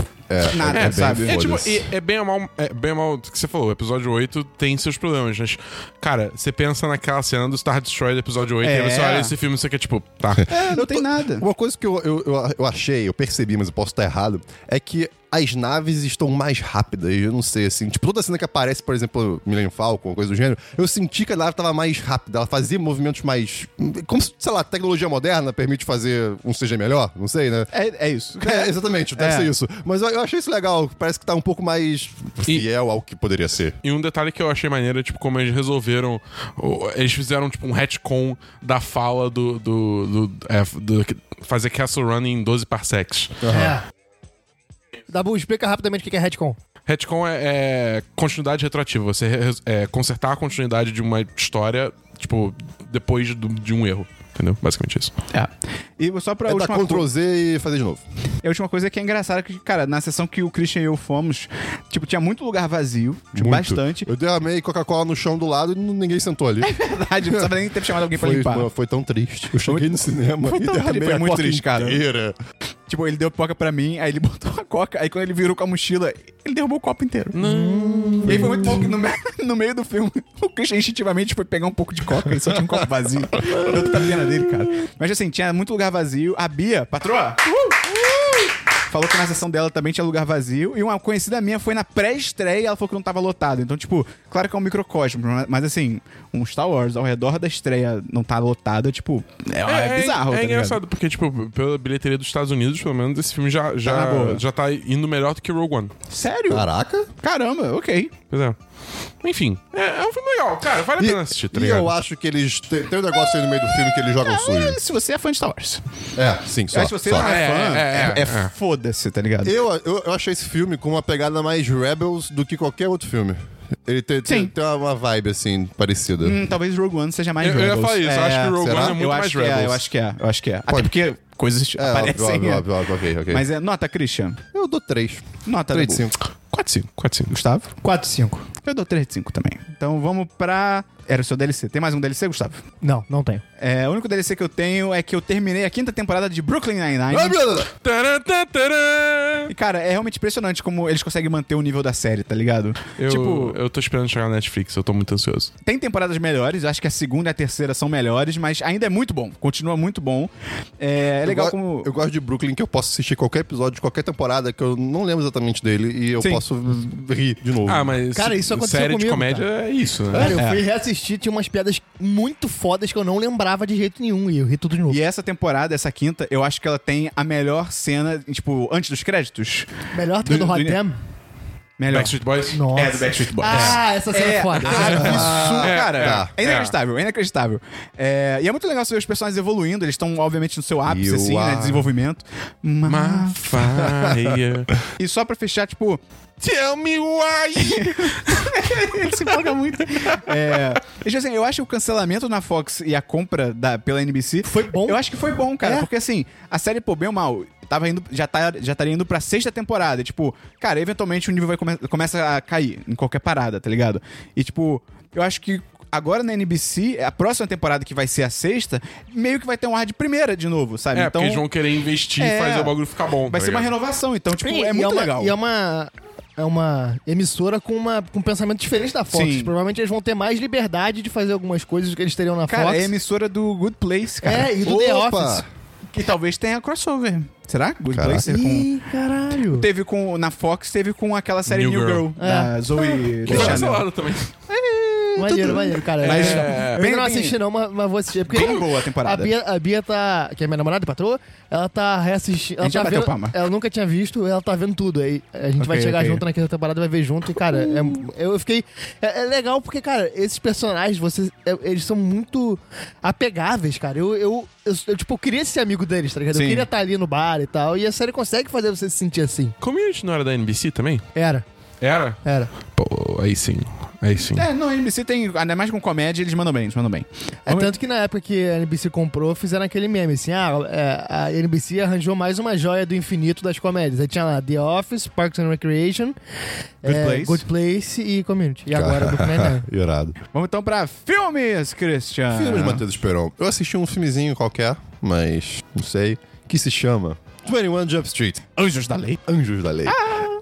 Speaker 1: nada,
Speaker 2: é bem
Speaker 1: sabe?
Speaker 3: É, tipo,
Speaker 2: Foda-se.
Speaker 3: e- é bem ou mal, é bem ou mal o que você falou. O episódio 8 tem seus problemas, mas, cara, você pensa naquela cena do Star Destroyer do episódio 8 e aí você
Speaker 1: É.
Speaker 3: olha esse filme e você quer, tipo, tá.
Speaker 1: É, não tem nada.
Speaker 2: Uma coisa que eu, eu, eu, eu achei, eu percebi, mas eu posso estar errado, é que as naves estão mais rápidas. Eu não sei, assim. Tipo, toda cena que aparece, por exemplo, Millennium Falcon, ou coisa do gênero, eu senti que a nave tava mais rápida. Ela fazia movimentos mais. Como se, sei lá, a tecnologia moderna permite fazer um CG melhor? Não sei, né?
Speaker 1: É, é isso.
Speaker 2: É, exatamente, deve
Speaker 1: É.
Speaker 2: ser isso. Mas eu, eu achei isso legal. Parece que tá um pouco mais fiel ao que poderia ser.
Speaker 3: E um detalhe que eu achei maneiro é, tipo, como eles resolveram. o- Eles fizeram, tipo, um retcon da fala do. do, do- é, do- fazer Castle Run em 12 parsecs.
Speaker 1: Tá.
Speaker 4: É. Dabu, explica rapidamente o que que é retcon.
Speaker 3: Retcon é, é continuidade retroativa. Você re- é, consertar a continuidade de uma história, tipo, depois do- de um erro. entendeu? Basicamente isso.
Speaker 1: É. E só pra
Speaker 2: É dar
Speaker 1: última co-
Speaker 2: Ctrl Z e fazer de novo.
Speaker 1: E a última coisa que é engraçada que, cara, na sessão que o Christian e eu fomos, tipo, tinha muito lugar vazio, tipo,
Speaker 2: Muito.
Speaker 1: bastante.
Speaker 2: Eu derramei Coca-cola no chão do lado e n- ninguém sentou ali.
Speaker 1: Verdade, não precisava nem ter chamado alguém pra
Speaker 2: Foi,
Speaker 1: limpar.
Speaker 2: mano, foi tão triste. Eu cheguei no cinema
Speaker 1: foi
Speaker 2: e
Speaker 1: tão
Speaker 2: derramei
Speaker 1: triste, foi
Speaker 2: a
Speaker 1: muito
Speaker 2: coca
Speaker 1: triste, cara.
Speaker 2: inteira.
Speaker 1: Tipo, ele deu pipoca pra mim, aí ele botou a coca, aí quando ele virou com a mochila, ele derrubou o copo inteiro. E aí foi muito bom que no, me- no meio do filme, o Christian instintivamente foi pegar um pouco de coca, ele só tinha um copo vazio. Deu tanta pena dele, cara. Mas assim, tinha muito lugar vazio. A Bia, patroa, falou que na sessão dela também tinha lugar vazio. E uma conhecida minha foi na pré-estreia e ela falou que não tava lotado. Então, tipo, claro que é um microcosmo, mas- mas assim, um Star Wars ao redor da estreia não tá lotado, é tipo, é, é bizarro.
Speaker 3: É,
Speaker 1: tá ligado?
Speaker 3: engraçado, porque, tipo, pela bilheteria dos Estados Unidos, pelo menos, esse filme já,
Speaker 1: na
Speaker 3: já,
Speaker 1: boa.
Speaker 3: já tá indo melhor do que Rogue One.
Speaker 1: Sério?
Speaker 2: Caraca.
Speaker 1: Caramba, ok.
Speaker 3: Pois é. Enfim, é, é um filme legal, cara. Vale a pena assistir, tá
Speaker 2: e
Speaker 3: ligado?
Speaker 2: eu acho que eles. Tem, tem um negócio aí no meio do filme que eles jogam
Speaker 1: Ah,
Speaker 2: sujo.
Speaker 1: Se você é fã de Star Wars.
Speaker 2: É, sim, só.
Speaker 1: Mas se você
Speaker 2: só.
Speaker 1: não é,
Speaker 3: É,
Speaker 1: fã, é,
Speaker 3: é, é,
Speaker 1: é
Speaker 3: é.
Speaker 1: foda-se, tá ligado?
Speaker 2: Eu, eu, eu achei esse filme com uma pegada mais Rebels do que qualquer outro filme. Ele tem,
Speaker 1: Sim.
Speaker 2: tem, tem uma- uma vibe, assim, parecida.
Speaker 1: Hum, talvez Rogue One seja mais
Speaker 3: Eu- eu ia
Speaker 1: Rebels.
Speaker 3: falar isso, eu acho que Rogue
Speaker 1: será?
Speaker 2: One é
Speaker 3: muito
Speaker 1: eu acho
Speaker 3: mais
Speaker 1: que
Speaker 3: Rebels.
Speaker 1: É, eu acho que é, eu acho que é. Até
Speaker 2: Pode.
Speaker 1: porque coisas
Speaker 2: É,
Speaker 1: aparecem.
Speaker 2: óbvio,
Speaker 1: é.
Speaker 2: óbvio, óbvio, ok, ok.
Speaker 1: Mas tá é, nota, Christian.
Speaker 2: eu dou três.
Speaker 1: Nota.
Speaker 2: Três de
Speaker 1: Dabu.
Speaker 2: cinco.
Speaker 3: 4 5, 4 5.
Speaker 1: Gustavo?
Speaker 4: 4, 5.
Speaker 1: Eu dou 3 de 5 também. Então vamos pra... Era o seu DLC. Tem mais um DLC, Gustavo?
Speaker 4: Não, não tenho.
Speaker 1: É, o único DLC que eu tenho é que eu terminei a quinta temporada de Brooklyn
Speaker 2: Ah,
Speaker 1: Nine-Nine.
Speaker 2: blá, blá, blá.
Speaker 1: E, cara, é realmente impressionante como eles conseguem manter o nível da série, tá ligado?
Speaker 3: Eu,
Speaker 1: Tipo,
Speaker 3: eu tô esperando chegar na Netflix, eu tô muito ansioso.
Speaker 1: Tem temporadas melhores, eu acho que a segunda e a terceira são melhores, mas ainda é muito bom, continua muito bom. É, é legal
Speaker 2: eu, go-
Speaker 1: como.
Speaker 2: eu gosto de Brooklyn, que eu posso assistir qualquer episódio de qualquer temporada, que eu não lembro exatamente dele, e eu
Speaker 1: Sim.
Speaker 2: posso rir de novo.
Speaker 3: Ah, mas
Speaker 4: Cara, isso aconteceu
Speaker 3: série de
Speaker 4: comigo,
Speaker 3: comédia é isso, né?
Speaker 4: Cara, eu
Speaker 1: É.
Speaker 4: fui reassistir, tinha umas piadas muito fodas que eu não lembrava de jeito nenhum. E eu ri tudo de novo.
Speaker 1: E essa temporada, essa quinta, eu acho que ela tem a melhor cena, tipo, antes dos créditos.
Speaker 4: Melhor que a do
Speaker 1: é Do- do-
Speaker 4: Hot Damn?
Speaker 1: Melhor.
Speaker 3: Backstreet Boys?
Speaker 4: Nossa.
Speaker 1: É, do Backstreet Boys.
Speaker 4: Ah, essa cena é, foda.
Speaker 1: Absurdo,
Speaker 3: É,
Speaker 1: cara.
Speaker 2: tá.
Speaker 1: É inacreditável, é inacreditável. É, e é muito legal ver os personagens evoluindo, eles estão, obviamente, no seu ápice,
Speaker 2: You
Speaker 1: assim, né?
Speaker 2: are-
Speaker 1: Desenvolvimento. Mas...
Speaker 3: Mafaia.
Speaker 1: E só pra fechar, tipo,
Speaker 3: Tell me why.
Speaker 1: Ele se empolga muito. É, deixa eu dizer, eu acho que o cancelamento na Fox e a compra da, pela NBC.
Speaker 4: Foi bom.
Speaker 1: Eu acho que foi bom, cara.
Speaker 4: É.
Speaker 1: Porque assim, a série, pô, bem ou mal, tava indo, já, tá, já estaria indo pra sexta temporada. E, tipo, cara, eventualmente o nível vai come- começa a cair em qualquer parada, tá ligado? E, tipo, eu acho que. Agora na NBC, a próxima temporada que vai ser a sexta, meio que vai ter um ar de primeira de novo, sabe?
Speaker 3: É,
Speaker 1: então
Speaker 3: porque eles vão querer investir
Speaker 1: É.
Speaker 3: e fazer o bagulho ficar bom.
Speaker 1: vai
Speaker 3: tá
Speaker 1: ser uma
Speaker 3: ligado?
Speaker 1: renovação, então, tipo,
Speaker 4: E-
Speaker 1: é
Speaker 4: e
Speaker 1: muito
Speaker 4: uma-
Speaker 1: legal.
Speaker 4: E é uma. É uma emissora com, uma, com um pensamento diferente da Fox.
Speaker 1: Sim.
Speaker 4: Provavelmente eles vão ter mais liberdade de fazer algumas coisas do que eles teriam na
Speaker 1: Cara,
Speaker 4: Fox.
Speaker 1: é a emissora do Good Place, cara.
Speaker 4: É, e do The
Speaker 2: Opa!
Speaker 4: Office.
Speaker 1: Que talvez tenha crossover. Será? Good
Speaker 2: Caraca.
Speaker 1: Place com.
Speaker 4: Ih, caralho.
Speaker 1: Teve com. Na Fox teve com aquela série New,
Speaker 3: New
Speaker 1: Girl,
Speaker 3: Girl.
Speaker 4: É.
Speaker 1: da Zoe
Speaker 3: Foi
Speaker 1: Deschanel.
Speaker 3: cancelado também.
Speaker 4: Maneiro, maneiro, cara.
Speaker 1: Mas,
Speaker 4: É, eu
Speaker 1: bem-
Speaker 4: ainda não
Speaker 1: bem-
Speaker 4: assisti, não, mas, mas vou assistir. É Porque
Speaker 1: Bem boa a temporada.
Speaker 4: A Bia, a Bia tá. Que é minha namorada, patroa, ela tá reassistindo.
Speaker 1: A gente já
Speaker 4: tá
Speaker 1: bateu
Speaker 4: vendo,
Speaker 1: palma.
Speaker 4: Ela nunca tinha visto, ela tá vendo tudo. Aí a gente vai
Speaker 1: Ok,
Speaker 4: chegar
Speaker 1: ok. Uhum.
Speaker 4: junto naquela temporada, vai ver junto. E, cara, é- eu fiquei. É, é legal porque, cara, esses personagens, vocês, é- eles são muito apegáveis, cara. Eu, eu, eu, eu, tipo, eu queria ser amigo deles, tá ligado?
Speaker 1: Sim.
Speaker 4: Eu queria estar ali no bar e tal. E a série consegue fazer você se sentir assim.
Speaker 3: Community não era da NBC também?
Speaker 4: Era,
Speaker 3: Era?
Speaker 4: era.
Speaker 3: Pô, aí sim. Aí sim.
Speaker 1: É, não, a NBC tem. Ainda mais com comédia, eles mandam bem, eles mandam bem.
Speaker 4: É tanto que na época que a NBC comprou, fizeram aquele meme assim: ah, é, a NBC arranjou mais uma joia do infinito das comédias. Aí tinha lá The Office, Parks and Recreation,
Speaker 1: Good
Speaker 4: é,
Speaker 1: Place.
Speaker 4: Good Place e Community. E agora do Nine.
Speaker 2: Irado.
Speaker 1: Vamos então pra filmes, Christian.
Speaker 2: Filme de Matheus Esperon. Eu assisti um filmezinho qualquer, mas não sei, que se chama 21 Jump Street,
Speaker 1: Anjos da Lei.
Speaker 2: Anjos da Lei.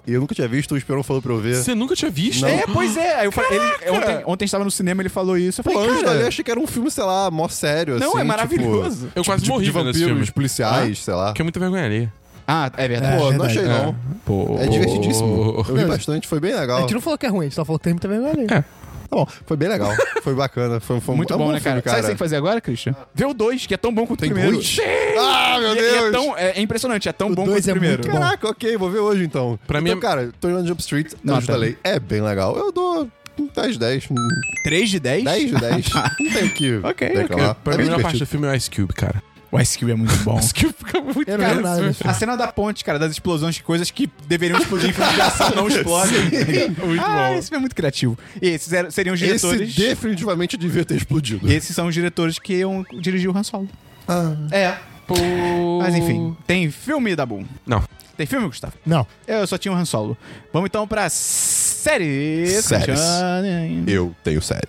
Speaker 2: E eu nunca tinha visto, o Esperon falou pra eu ver.
Speaker 3: Você nunca tinha visto?
Speaker 2: Não.
Speaker 1: É, pois é. Aí eu falei, ele, ontem, ontem estava no cinema, ele falou isso. Eu
Speaker 2: Pô,
Speaker 1: falei,
Speaker 2: Anjos da
Speaker 1: cara,
Speaker 2: Lei, achei que era um filme, sei lá, mó sério,
Speaker 1: não,
Speaker 2: assim,
Speaker 1: é
Speaker 2: tipo-
Speaker 1: maravilhoso.
Speaker 3: Eu quase
Speaker 2: de,
Speaker 3: morri
Speaker 2: de
Speaker 3: vendo esse filme.
Speaker 2: vampiros, policiais, sei lá.
Speaker 3: Porque é muita vergonha ali.
Speaker 1: Ah, é verdade.
Speaker 2: Pô, não
Speaker 4: verdade.
Speaker 2: achei não.
Speaker 3: Pô.
Speaker 2: É divertidíssimo. Eu ri
Speaker 4: Não,
Speaker 2: bastante, foi bem
Speaker 4: A
Speaker 2: legal.
Speaker 4: gente não falou que é ruim, a gente só falou que tem muita vergonha.
Speaker 3: É.
Speaker 2: Tá bom, foi bem legal. Foi bacana. Foi, foi
Speaker 1: muito
Speaker 2: é um
Speaker 1: bom, né, cara? Sabe
Speaker 2: filme,
Speaker 1: o que você tem que fazer agora, Christian? Vê o 2, que é tão bom quanto
Speaker 2: Tem
Speaker 1: o primeiro.
Speaker 2: dois? Ah, meu
Speaker 1: E- e é,
Speaker 2: Deus!
Speaker 1: tão, é, é impressionante, é tão
Speaker 4: O
Speaker 1: bom
Speaker 4: dois
Speaker 1: quanto o
Speaker 4: é
Speaker 1: primeiro.
Speaker 4: muito bom.
Speaker 2: Caraca, ok, vou ver hoje então.
Speaker 3: Pra
Speaker 2: então,
Speaker 3: mim é-
Speaker 2: cara, Tony on Jump Street, Anjos
Speaker 1: Nota.
Speaker 2: da Lei, é bem legal. Eu dou 10 de 10.
Speaker 1: 3 de 10?
Speaker 2: 10 de 10. Não tem o que
Speaker 1: Ok,
Speaker 2: reclamar.
Speaker 3: Pra
Speaker 2: é
Speaker 3: mim,
Speaker 2: bem
Speaker 3: a melhor parte
Speaker 2: divertido.
Speaker 3: do filme é o Ice Cube, cara.
Speaker 1: O Ice Cube é muito bom.
Speaker 3: Ice Cube fica muito
Speaker 4: Eu não lembro nada desse
Speaker 1: A cena da ponte, cara, das explosões, de coisas que deveriam explodir em filme de ação não
Speaker 2: é
Speaker 1: explodem.
Speaker 3: Muito
Speaker 1: ah,
Speaker 3: bom.
Speaker 1: esse filme é muito criativo. E esses eram- seriam os
Speaker 2: Esse
Speaker 1: diretores.
Speaker 2: definitivamente devia ter explodido.
Speaker 1: Esses são os diretores que iam dirigir o Han Solo.
Speaker 4: Ah.
Speaker 1: É.
Speaker 3: Pô.
Speaker 1: Mas enfim, tem filme da Boom.
Speaker 3: Não.
Speaker 1: Tem filme, Gustavo?
Speaker 4: Não.
Speaker 1: Eu só tinha o Han Solo. Vamos então pra séries.
Speaker 2: Séries.
Speaker 1: Cristiane.
Speaker 2: Eu tenho série.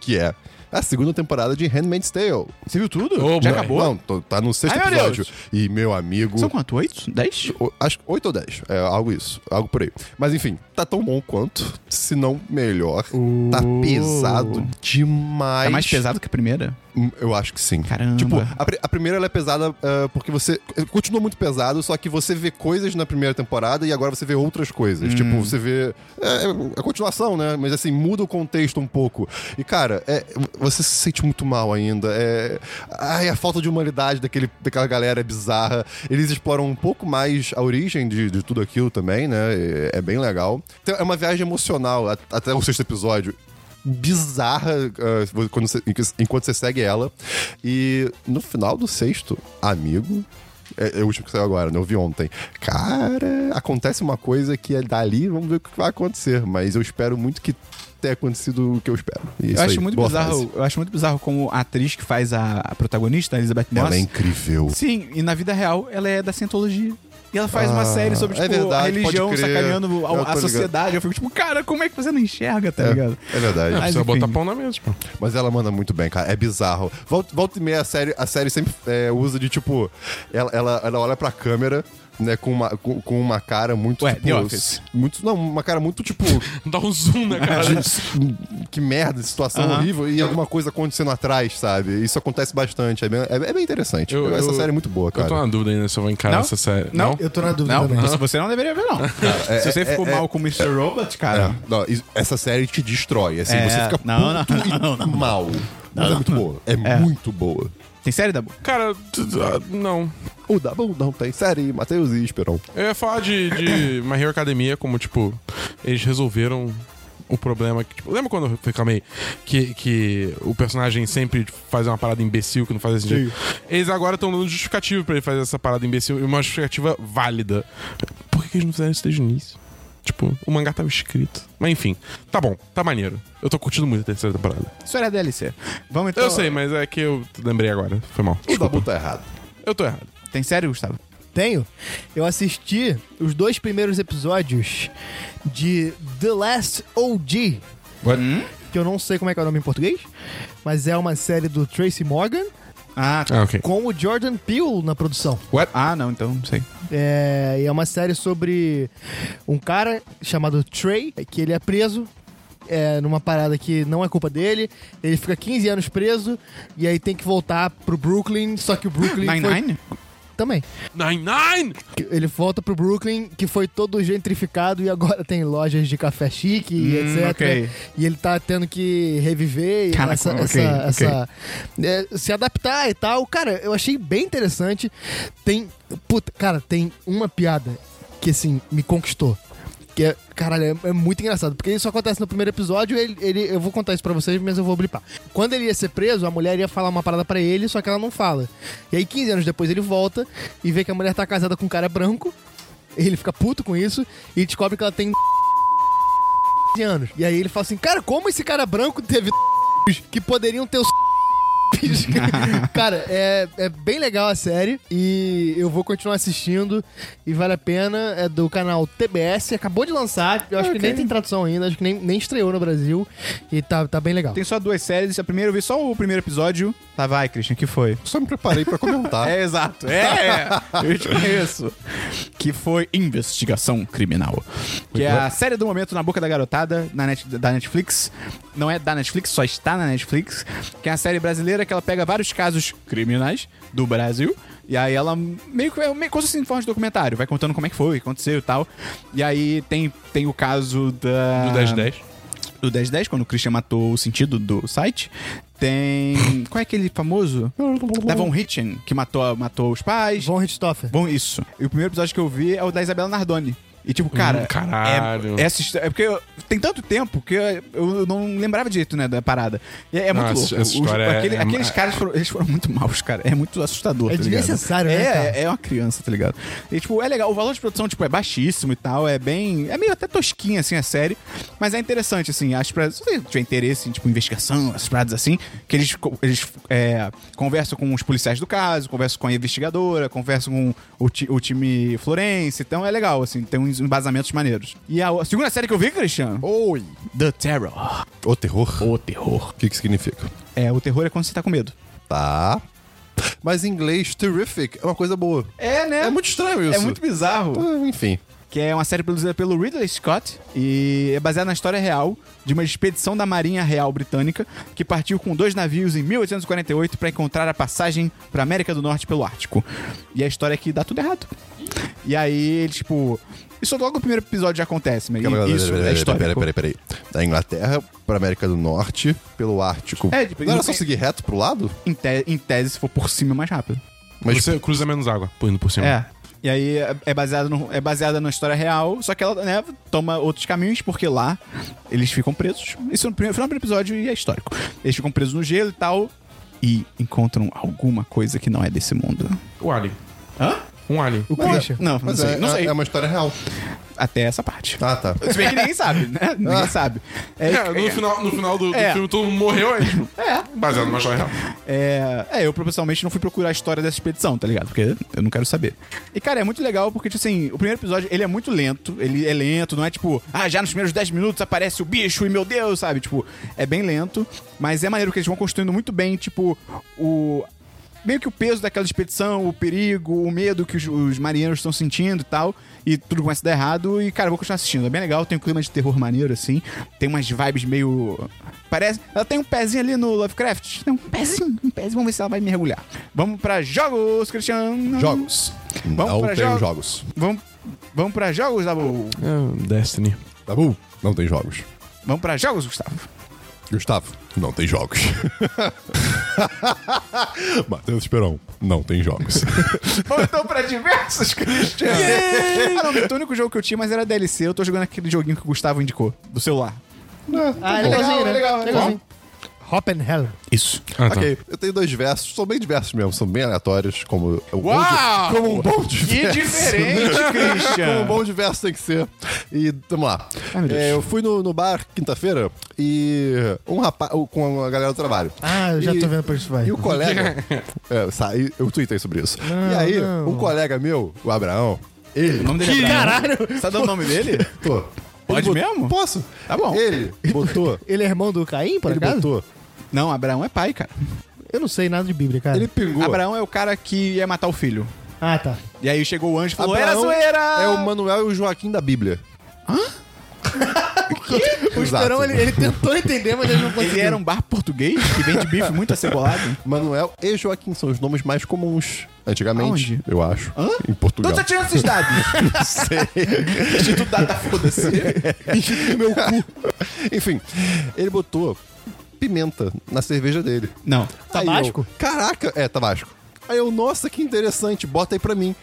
Speaker 2: Que é a segunda temporada de Handmaid's Tale.
Speaker 1: Você viu tudo?
Speaker 3: Ô,
Speaker 1: Já
Speaker 3: mãe.
Speaker 1: acabou?
Speaker 2: Não, tô- tá no sexto
Speaker 1: Ai, meu
Speaker 2: episódio.
Speaker 1: Deus.
Speaker 2: E meu amigo.
Speaker 1: São quanto? Oito? Dez?
Speaker 2: o- Acho que 8 ou 10, é algo isso, algo por aí. Mas enfim, tá tão bom quanto, se não melhor. Tá pesado demais.
Speaker 1: É mais pesado que a primeira?
Speaker 2: Hum, Eu acho que sim.
Speaker 1: Caramba.
Speaker 2: Tipo, a, pri- a primeira ela é pesada ah, porque você. Continua muito pesado, só que você vê coisas na primeira temporada e agora você vê outras coisas. Tipo, você vê. É, é a continuação, né? Mas assim, muda o contexto um pouco. E, cara, é- você se sente muito mal ainda. É, ai, a falta de humanidade daquele, daquela galera é bizarra. Eles exploram um pouco mais a origem de, de tudo aquilo também, né? É, é bem legal. Então, é uma viagem emocional a- até o sexto episódio bizarra ah, quando você- enquanto você segue ela. E no final do sexto, amigo. É, é o último que saiu agora, né? Eu vi ontem. Cara, acontece uma coisa que é dali, vamos ver o que vai acontecer. Mas eu espero muito que tenha acontecido o que eu espero. E é
Speaker 1: eu
Speaker 2: isso
Speaker 1: acho
Speaker 2: aí,
Speaker 1: muito
Speaker 2: boa
Speaker 1: bizarro.
Speaker 2: fase.
Speaker 1: Eu acho muito bizarro como a atriz que faz a, a protagonista, a Elizabeth Moss.
Speaker 2: Ela é incrível.
Speaker 1: Sim, e na vida real ela é da cientologia. E ela faz uma
Speaker 2: Ah,
Speaker 1: série sobre,
Speaker 2: é
Speaker 1: tipo, a
Speaker 2: verdade,
Speaker 1: religião
Speaker 2: pode crer.
Speaker 1: sacaneando
Speaker 2: Eu tô
Speaker 1: a, a
Speaker 2: ligado.
Speaker 1: sociedade. Eu fico, tipo, cara, como é que você não enxerga, tá ligado?
Speaker 2: É verdade.
Speaker 1: Mas
Speaker 3: Precisa
Speaker 1: enfim.
Speaker 3: botar pão na mesa, tipo. pô.
Speaker 2: Mas ela manda muito bem, cara. É bizarro. Volta, volta e meia, a série, a série sempre é, usa de tipo. Ela, ela, ela olha pra câmera, né? Com uma, com, com uma cara muito.
Speaker 1: Ué,
Speaker 2: tipo,
Speaker 1: The Office.
Speaker 2: Muito, não, uma cara muito tipo.
Speaker 3: Dá um zoom na cara.
Speaker 2: de- que merda, situação
Speaker 1: Aham.
Speaker 2: horrível e alguma coisa acontecendo atrás, sabe? Isso acontece bastante. É bem, é, é bem interessante.
Speaker 3: Eu-
Speaker 2: Essa
Speaker 3: eu-
Speaker 2: série é muito boa,
Speaker 3: Eu tô
Speaker 2: cara.
Speaker 3: na dúvida ainda se eu vou encarar
Speaker 1: Não?
Speaker 3: essa série.
Speaker 1: Não? é,
Speaker 4: Eu tô na dúvida
Speaker 1: Não,
Speaker 4: também.
Speaker 1: você- você não deveria ver, não. Se você ficou mal com o Mr. Robot, cara.
Speaker 2: É, não, isso- essa série te destrói, assim,
Speaker 1: É,
Speaker 2: você fica
Speaker 1: não, não,
Speaker 2: puto e
Speaker 1: não, não.
Speaker 2: mal. Mas é muito boa. É, muito boa.
Speaker 1: Tem série da boa?
Speaker 3: Cara, t- t- ah, não.
Speaker 2: O Double não tem série, Matheus e Esperon.
Speaker 3: Eu ia falar de, de My Hero Academia, como, tipo, eles resolveram o problema. Que, tipo, lembra quando eu reclamei que, que o personagem sempre faz uma parada imbecil que não faz sentido? Eles agora estão dando justificativa pra ele fazer essa parada imbecil e uma justificativa válida. Por que que eles não fizeram isso desde o início? Tipo, o mangá tava escrito. Mas enfim, tá bom, tá maneiro. Eu tô curtindo muito a terceira temporada.
Speaker 1: Isso era DLC. Vamos então.
Speaker 3: Eu sei, mas é que eu lembrei agora. Foi mal.
Speaker 2: O
Speaker 3: Desculpa.
Speaker 2: Dabu tá errado.
Speaker 3: Eu tô errado.
Speaker 1: Tem série, Gustavo?
Speaker 4: Tenho. Eu assisti os dois primeiros episódios de The Last OG,
Speaker 1: Hum?
Speaker 4: que eu não sei como é que é o nome em português, mas é uma série do Tracy Morgan
Speaker 1: Ah, tá.
Speaker 3: Ah, ok.
Speaker 4: com o Jordan Peele na produção.
Speaker 1: Ah, não, então não sei.
Speaker 4: É, e é uma série sobre um cara chamado Trey, que ele é preso é, numa parada que não é culpa dele. Ele fica 15 anos preso e aí tem que voltar pro Brooklyn, só que o Brooklyn foi-
Speaker 1: Nine-Nine?
Speaker 4: também.
Speaker 3: Nine Nine!
Speaker 4: Ele volta pro Brooklyn, que foi todo gentrificado e agora tem lojas de café chique e
Speaker 1: Hum,
Speaker 4: etc.
Speaker 1: ok.
Speaker 4: E ele tá tendo que reviver e
Speaker 1: Caraca,
Speaker 4: essa,
Speaker 1: ok,
Speaker 4: essa-
Speaker 1: ok.
Speaker 4: essa- é, se adaptar e tal. Cara, eu achei bem interessante. Tem. Puta, cara, tem uma piada que assim me conquistou. Que é, caralho, é, é muito engraçado. Porque isso acontece no primeiro episódio. Ele, ele- eu vou contar isso pra vocês, mas eu vou blipar. Quando ele ia ser preso, a mulher ia falar uma parada pra ele, só que ela não fala. E aí, 15 anos depois, ele volta e vê que a mulher tá casada com um cara branco. Ele fica puto com isso e descobre que ela tem 15 anos. E aí ele fala assim: Cara, como esse cara branco teve que poderiam ter os. cara, é, é bem legal a série e eu vou continuar assistindo e vale a pena. É do canal TBS, acabou de lançar, eu acho que nem tem tradução ainda, acho que nem, nem estreou no Brasil e tá, tá bem legal.
Speaker 1: Tem só duas séries. A primeira eu vi só o primeiro episódio. Tá, vai, Christian, que foi?
Speaker 2: Só me preparei pra comentar.
Speaker 1: É, exato. É, eu te conheço. Que foi Investigação Criminal. Que é a série do momento na boca da garotada na net- da Netflix. Não é da Netflix, só está na Netflix. Que é a série brasileira que ela pega vários casos criminais do Brasil. E aí ela meio que é meio coisa assim, em forma de documentário. Vai contando como é que foi, o que aconteceu e tal. E aí tem, tem o caso da...
Speaker 3: Do 10-10.
Speaker 1: Do 1010, quando o Christian matou o sentido do site. Tem... Qual é aquele famoso? Da Von Hitchen, que matou, matou os pais.
Speaker 4: Von Richthofen.
Speaker 1: Bom, isso. E o primeiro episódio que eu vi é o da Isabela Nardoni. E tipo, cara.
Speaker 3: Hum, caralho.
Speaker 1: É, essa histó- é porque eu- tem tanto tempo que eu, eu não lembrava direito, né, da parada. E é, é muito
Speaker 3: Não,
Speaker 1: louco.
Speaker 3: essa- essa
Speaker 1: Os-
Speaker 3: história é-
Speaker 1: aquele-
Speaker 3: é-
Speaker 1: aqueles caras foram, eles foram muito maus, cara. É muito assustador.
Speaker 4: É
Speaker 1: tá ligado?
Speaker 4: desnecessário, né,
Speaker 1: É,
Speaker 4: cara?
Speaker 1: É, é uma criança, tá ligado? E tipo, é legal. O valor de produção, tipo, é baixíssimo e tal. É bem. É meio até tosquinha, assim, a série. Mas é interessante, assim. Acho pra. Se você tiver interesse em, tipo, investigação, essas paradas assim, que eles, co- eles é, conversam com os policiais do caso, conversam com a investigadora, conversam com o, ti- o time Florence. Então é legal, assim. Tem uns embasamentos maneiros. E a, o- a segunda série que eu vi, Cristiano?
Speaker 2: Oi!
Speaker 1: The Terror.
Speaker 2: O terror?
Speaker 1: O terror.
Speaker 2: O que que significa?
Speaker 1: É, o terror é quando você tá com medo.
Speaker 2: Tá. Mas em inglês, terrific é uma coisa boa.
Speaker 1: É, né?
Speaker 2: É muito estranho
Speaker 1: É
Speaker 2: isso.
Speaker 1: muito bizarro.
Speaker 2: Ah, Enfim.
Speaker 1: que é uma série produzida pelo Ridley Scott e é baseada na história real de uma expedição da Marinha Real Britânica que partiu com dois navios em 1848 para encontrar a passagem para América do Norte pelo Ártico. E a história é que dá tudo errado. E aí, tipo, isso logo no primeiro episódio já acontece, mas
Speaker 2: Calma,
Speaker 1: isso é
Speaker 2: Peraí,
Speaker 1: história.
Speaker 2: peraí, peraí. Da Inglaterra pra América do Norte, pelo Ártico.
Speaker 1: É, tipo,
Speaker 2: não era
Speaker 1: não
Speaker 2: só
Speaker 1: tem-
Speaker 2: seguir reto pro lado?
Speaker 1: Em, te- em tese, se for por cima, é mais rápido.
Speaker 2: Mas tipo,
Speaker 3: Você cruza menos água, pô, indo por cima.
Speaker 1: É. E aí é- é baseada no- é baseada na história real, só que ela né, toma outros caminhos, porque lá eles ficam presos. Isso no primeiro, final do primeiro episódio e é histórico. Eles ficam presos no gelo e tal. E encontram alguma coisa que não é desse mundo.
Speaker 3: O alien.
Speaker 1: Hã?
Speaker 3: Um alien.
Speaker 4: O Christian.
Speaker 1: Não, não
Speaker 2: mas
Speaker 1: sei.
Speaker 2: é,
Speaker 1: não
Speaker 2: é-
Speaker 1: sei.
Speaker 2: é uma história real.
Speaker 1: Até essa parte.
Speaker 2: Ah, tá. Ah.
Speaker 1: Se bem que ninguém sabe, né? Ninguém sabe. É,
Speaker 3: É, no final, no final do, do
Speaker 1: É.
Speaker 3: filme todo mundo morreu aí. É. Baseado numa história real.
Speaker 1: É, é, eu profissionalmente não fui procurar a história dessa expedição, tá ligado? Porque eu não quero saber. E, cara, é muito legal porque, tipo assim, o primeiro episódio, ele é muito lento. Ele é lento, não é tipo, ah, já nos primeiros 10 minutos aparece o bicho e meu Deus, sabe? Tipo, é bem lento. Mas é maneiro que eles vão construindo muito bem, tipo, o. Meio que o peso daquela expedição, o perigo, o medo que os, os marinheiros estão sentindo e tal. E tudo começa a dar errado. E, cara, eu vou continuar assistindo. É bem legal, tem um clima de terror maneiro, assim. Tem umas vibes meio. Parece. Ela tem um pezinho ali no Lovecraft. Tem um pezinho, um pezinho. Vamos ver se ela vai mergulhar. Vamos pra jogos, Cristiano.
Speaker 2: Jogos.
Speaker 1: Vamos
Speaker 2: não
Speaker 1: pra
Speaker 2: tem
Speaker 1: jogos.
Speaker 2: jogos.
Speaker 1: Vamos, vamos pra jogos, Dabu.
Speaker 3: É, Destiny.
Speaker 2: Tá bom? Não tem jogos.
Speaker 1: Vamos pra jogos, Gustavo.
Speaker 2: Gustavo, não tem jogos. Matheus Esperão, não tem jogos.
Speaker 1: Voltou pra diversos, Cristiano. Ah, não, o único jogo que eu tinha, mas era DLC. Eu tô jogando aquele joguinho que o Gustavo indicou, do celular.
Speaker 4: Ah,
Speaker 1: legal,
Speaker 4: é legalzinho, né?
Speaker 1: é legal, é
Speaker 4: Legalzinho. Hop and Hell.
Speaker 1: Isso.
Speaker 3: Ah,
Speaker 2: ok, eu tenho dois versos, são bem diversos mesmo, são bem aleatórios, como o
Speaker 1: Uau!
Speaker 2: como um bom
Speaker 1: Que
Speaker 2: diverso.
Speaker 1: diferente,
Speaker 2: Como
Speaker 1: Christian.
Speaker 4: É.
Speaker 2: um bom diverso tem que ser. E vamos lá.
Speaker 1: Ai, meu Deus.
Speaker 2: É, eu fui no, no bar quinta-feira e um rapaz com a galera do trabalho.
Speaker 4: Ah, eu já
Speaker 2: E-
Speaker 4: tô vendo pra isso vai.
Speaker 2: E o colega. é, sai, eu tuitei sobre isso. e aí,
Speaker 4: não.
Speaker 2: um colega meu, o Abraão, ele.
Speaker 1: O nome dele é Abraão.
Speaker 4: caralho!
Speaker 1: Você tá dando o nome dele?
Speaker 2: Pô, ele
Speaker 1: Pode
Speaker 2: bot-
Speaker 1: mesmo?
Speaker 2: Posso?
Speaker 1: Tá bom.
Speaker 2: Ele botou.
Speaker 4: Ele é irmão do Caim, por
Speaker 2: ele
Speaker 4: acaso?
Speaker 2: botou.
Speaker 1: Não, Abraão é pai, cara.
Speaker 4: Eu não sei nada de Bíblia, cara.
Speaker 2: Ele pingou.
Speaker 1: Abraão é o cara que ia matar o filho.
Speaker 4: Ah, tá.
Speaker 1: E aí chegou o anjo e falou:
Speaker 2: Abraão
Speaker 1: Era zoeira!
Speaker 2: É o Manuel e o Joaquim da Bíblia. Exato.
Speaker 4: O Esperão, ele, ele tentou entender, mas ele não conseguiu.
Speaker 1: Ele era um bar português que vende bife muito acebolado.
Speaker 2: Manuel e Joaquim são os nomes mais comuns. Antigamente,
Speaker 1: Aonde?
Speaker 2: eu acho.
Speaker 1: Hã?
Speaker 2: Em Portugal.
Speaker 1: Então tá tirando esses dados.
Speaker 2: Não sei.
Speaker 1: Instituto Data, foda-se.
Speaker 2: meu cu. Enfim, ele botou pimenta na cerveja dele.
Speaker 1: Não.
Speaker 2: Aí
Speaker 4: Tabasco?
Speaker 2: eu, Caraca, é, tabasco. Aí eu, nossa, que interessante, bota aí pra mim.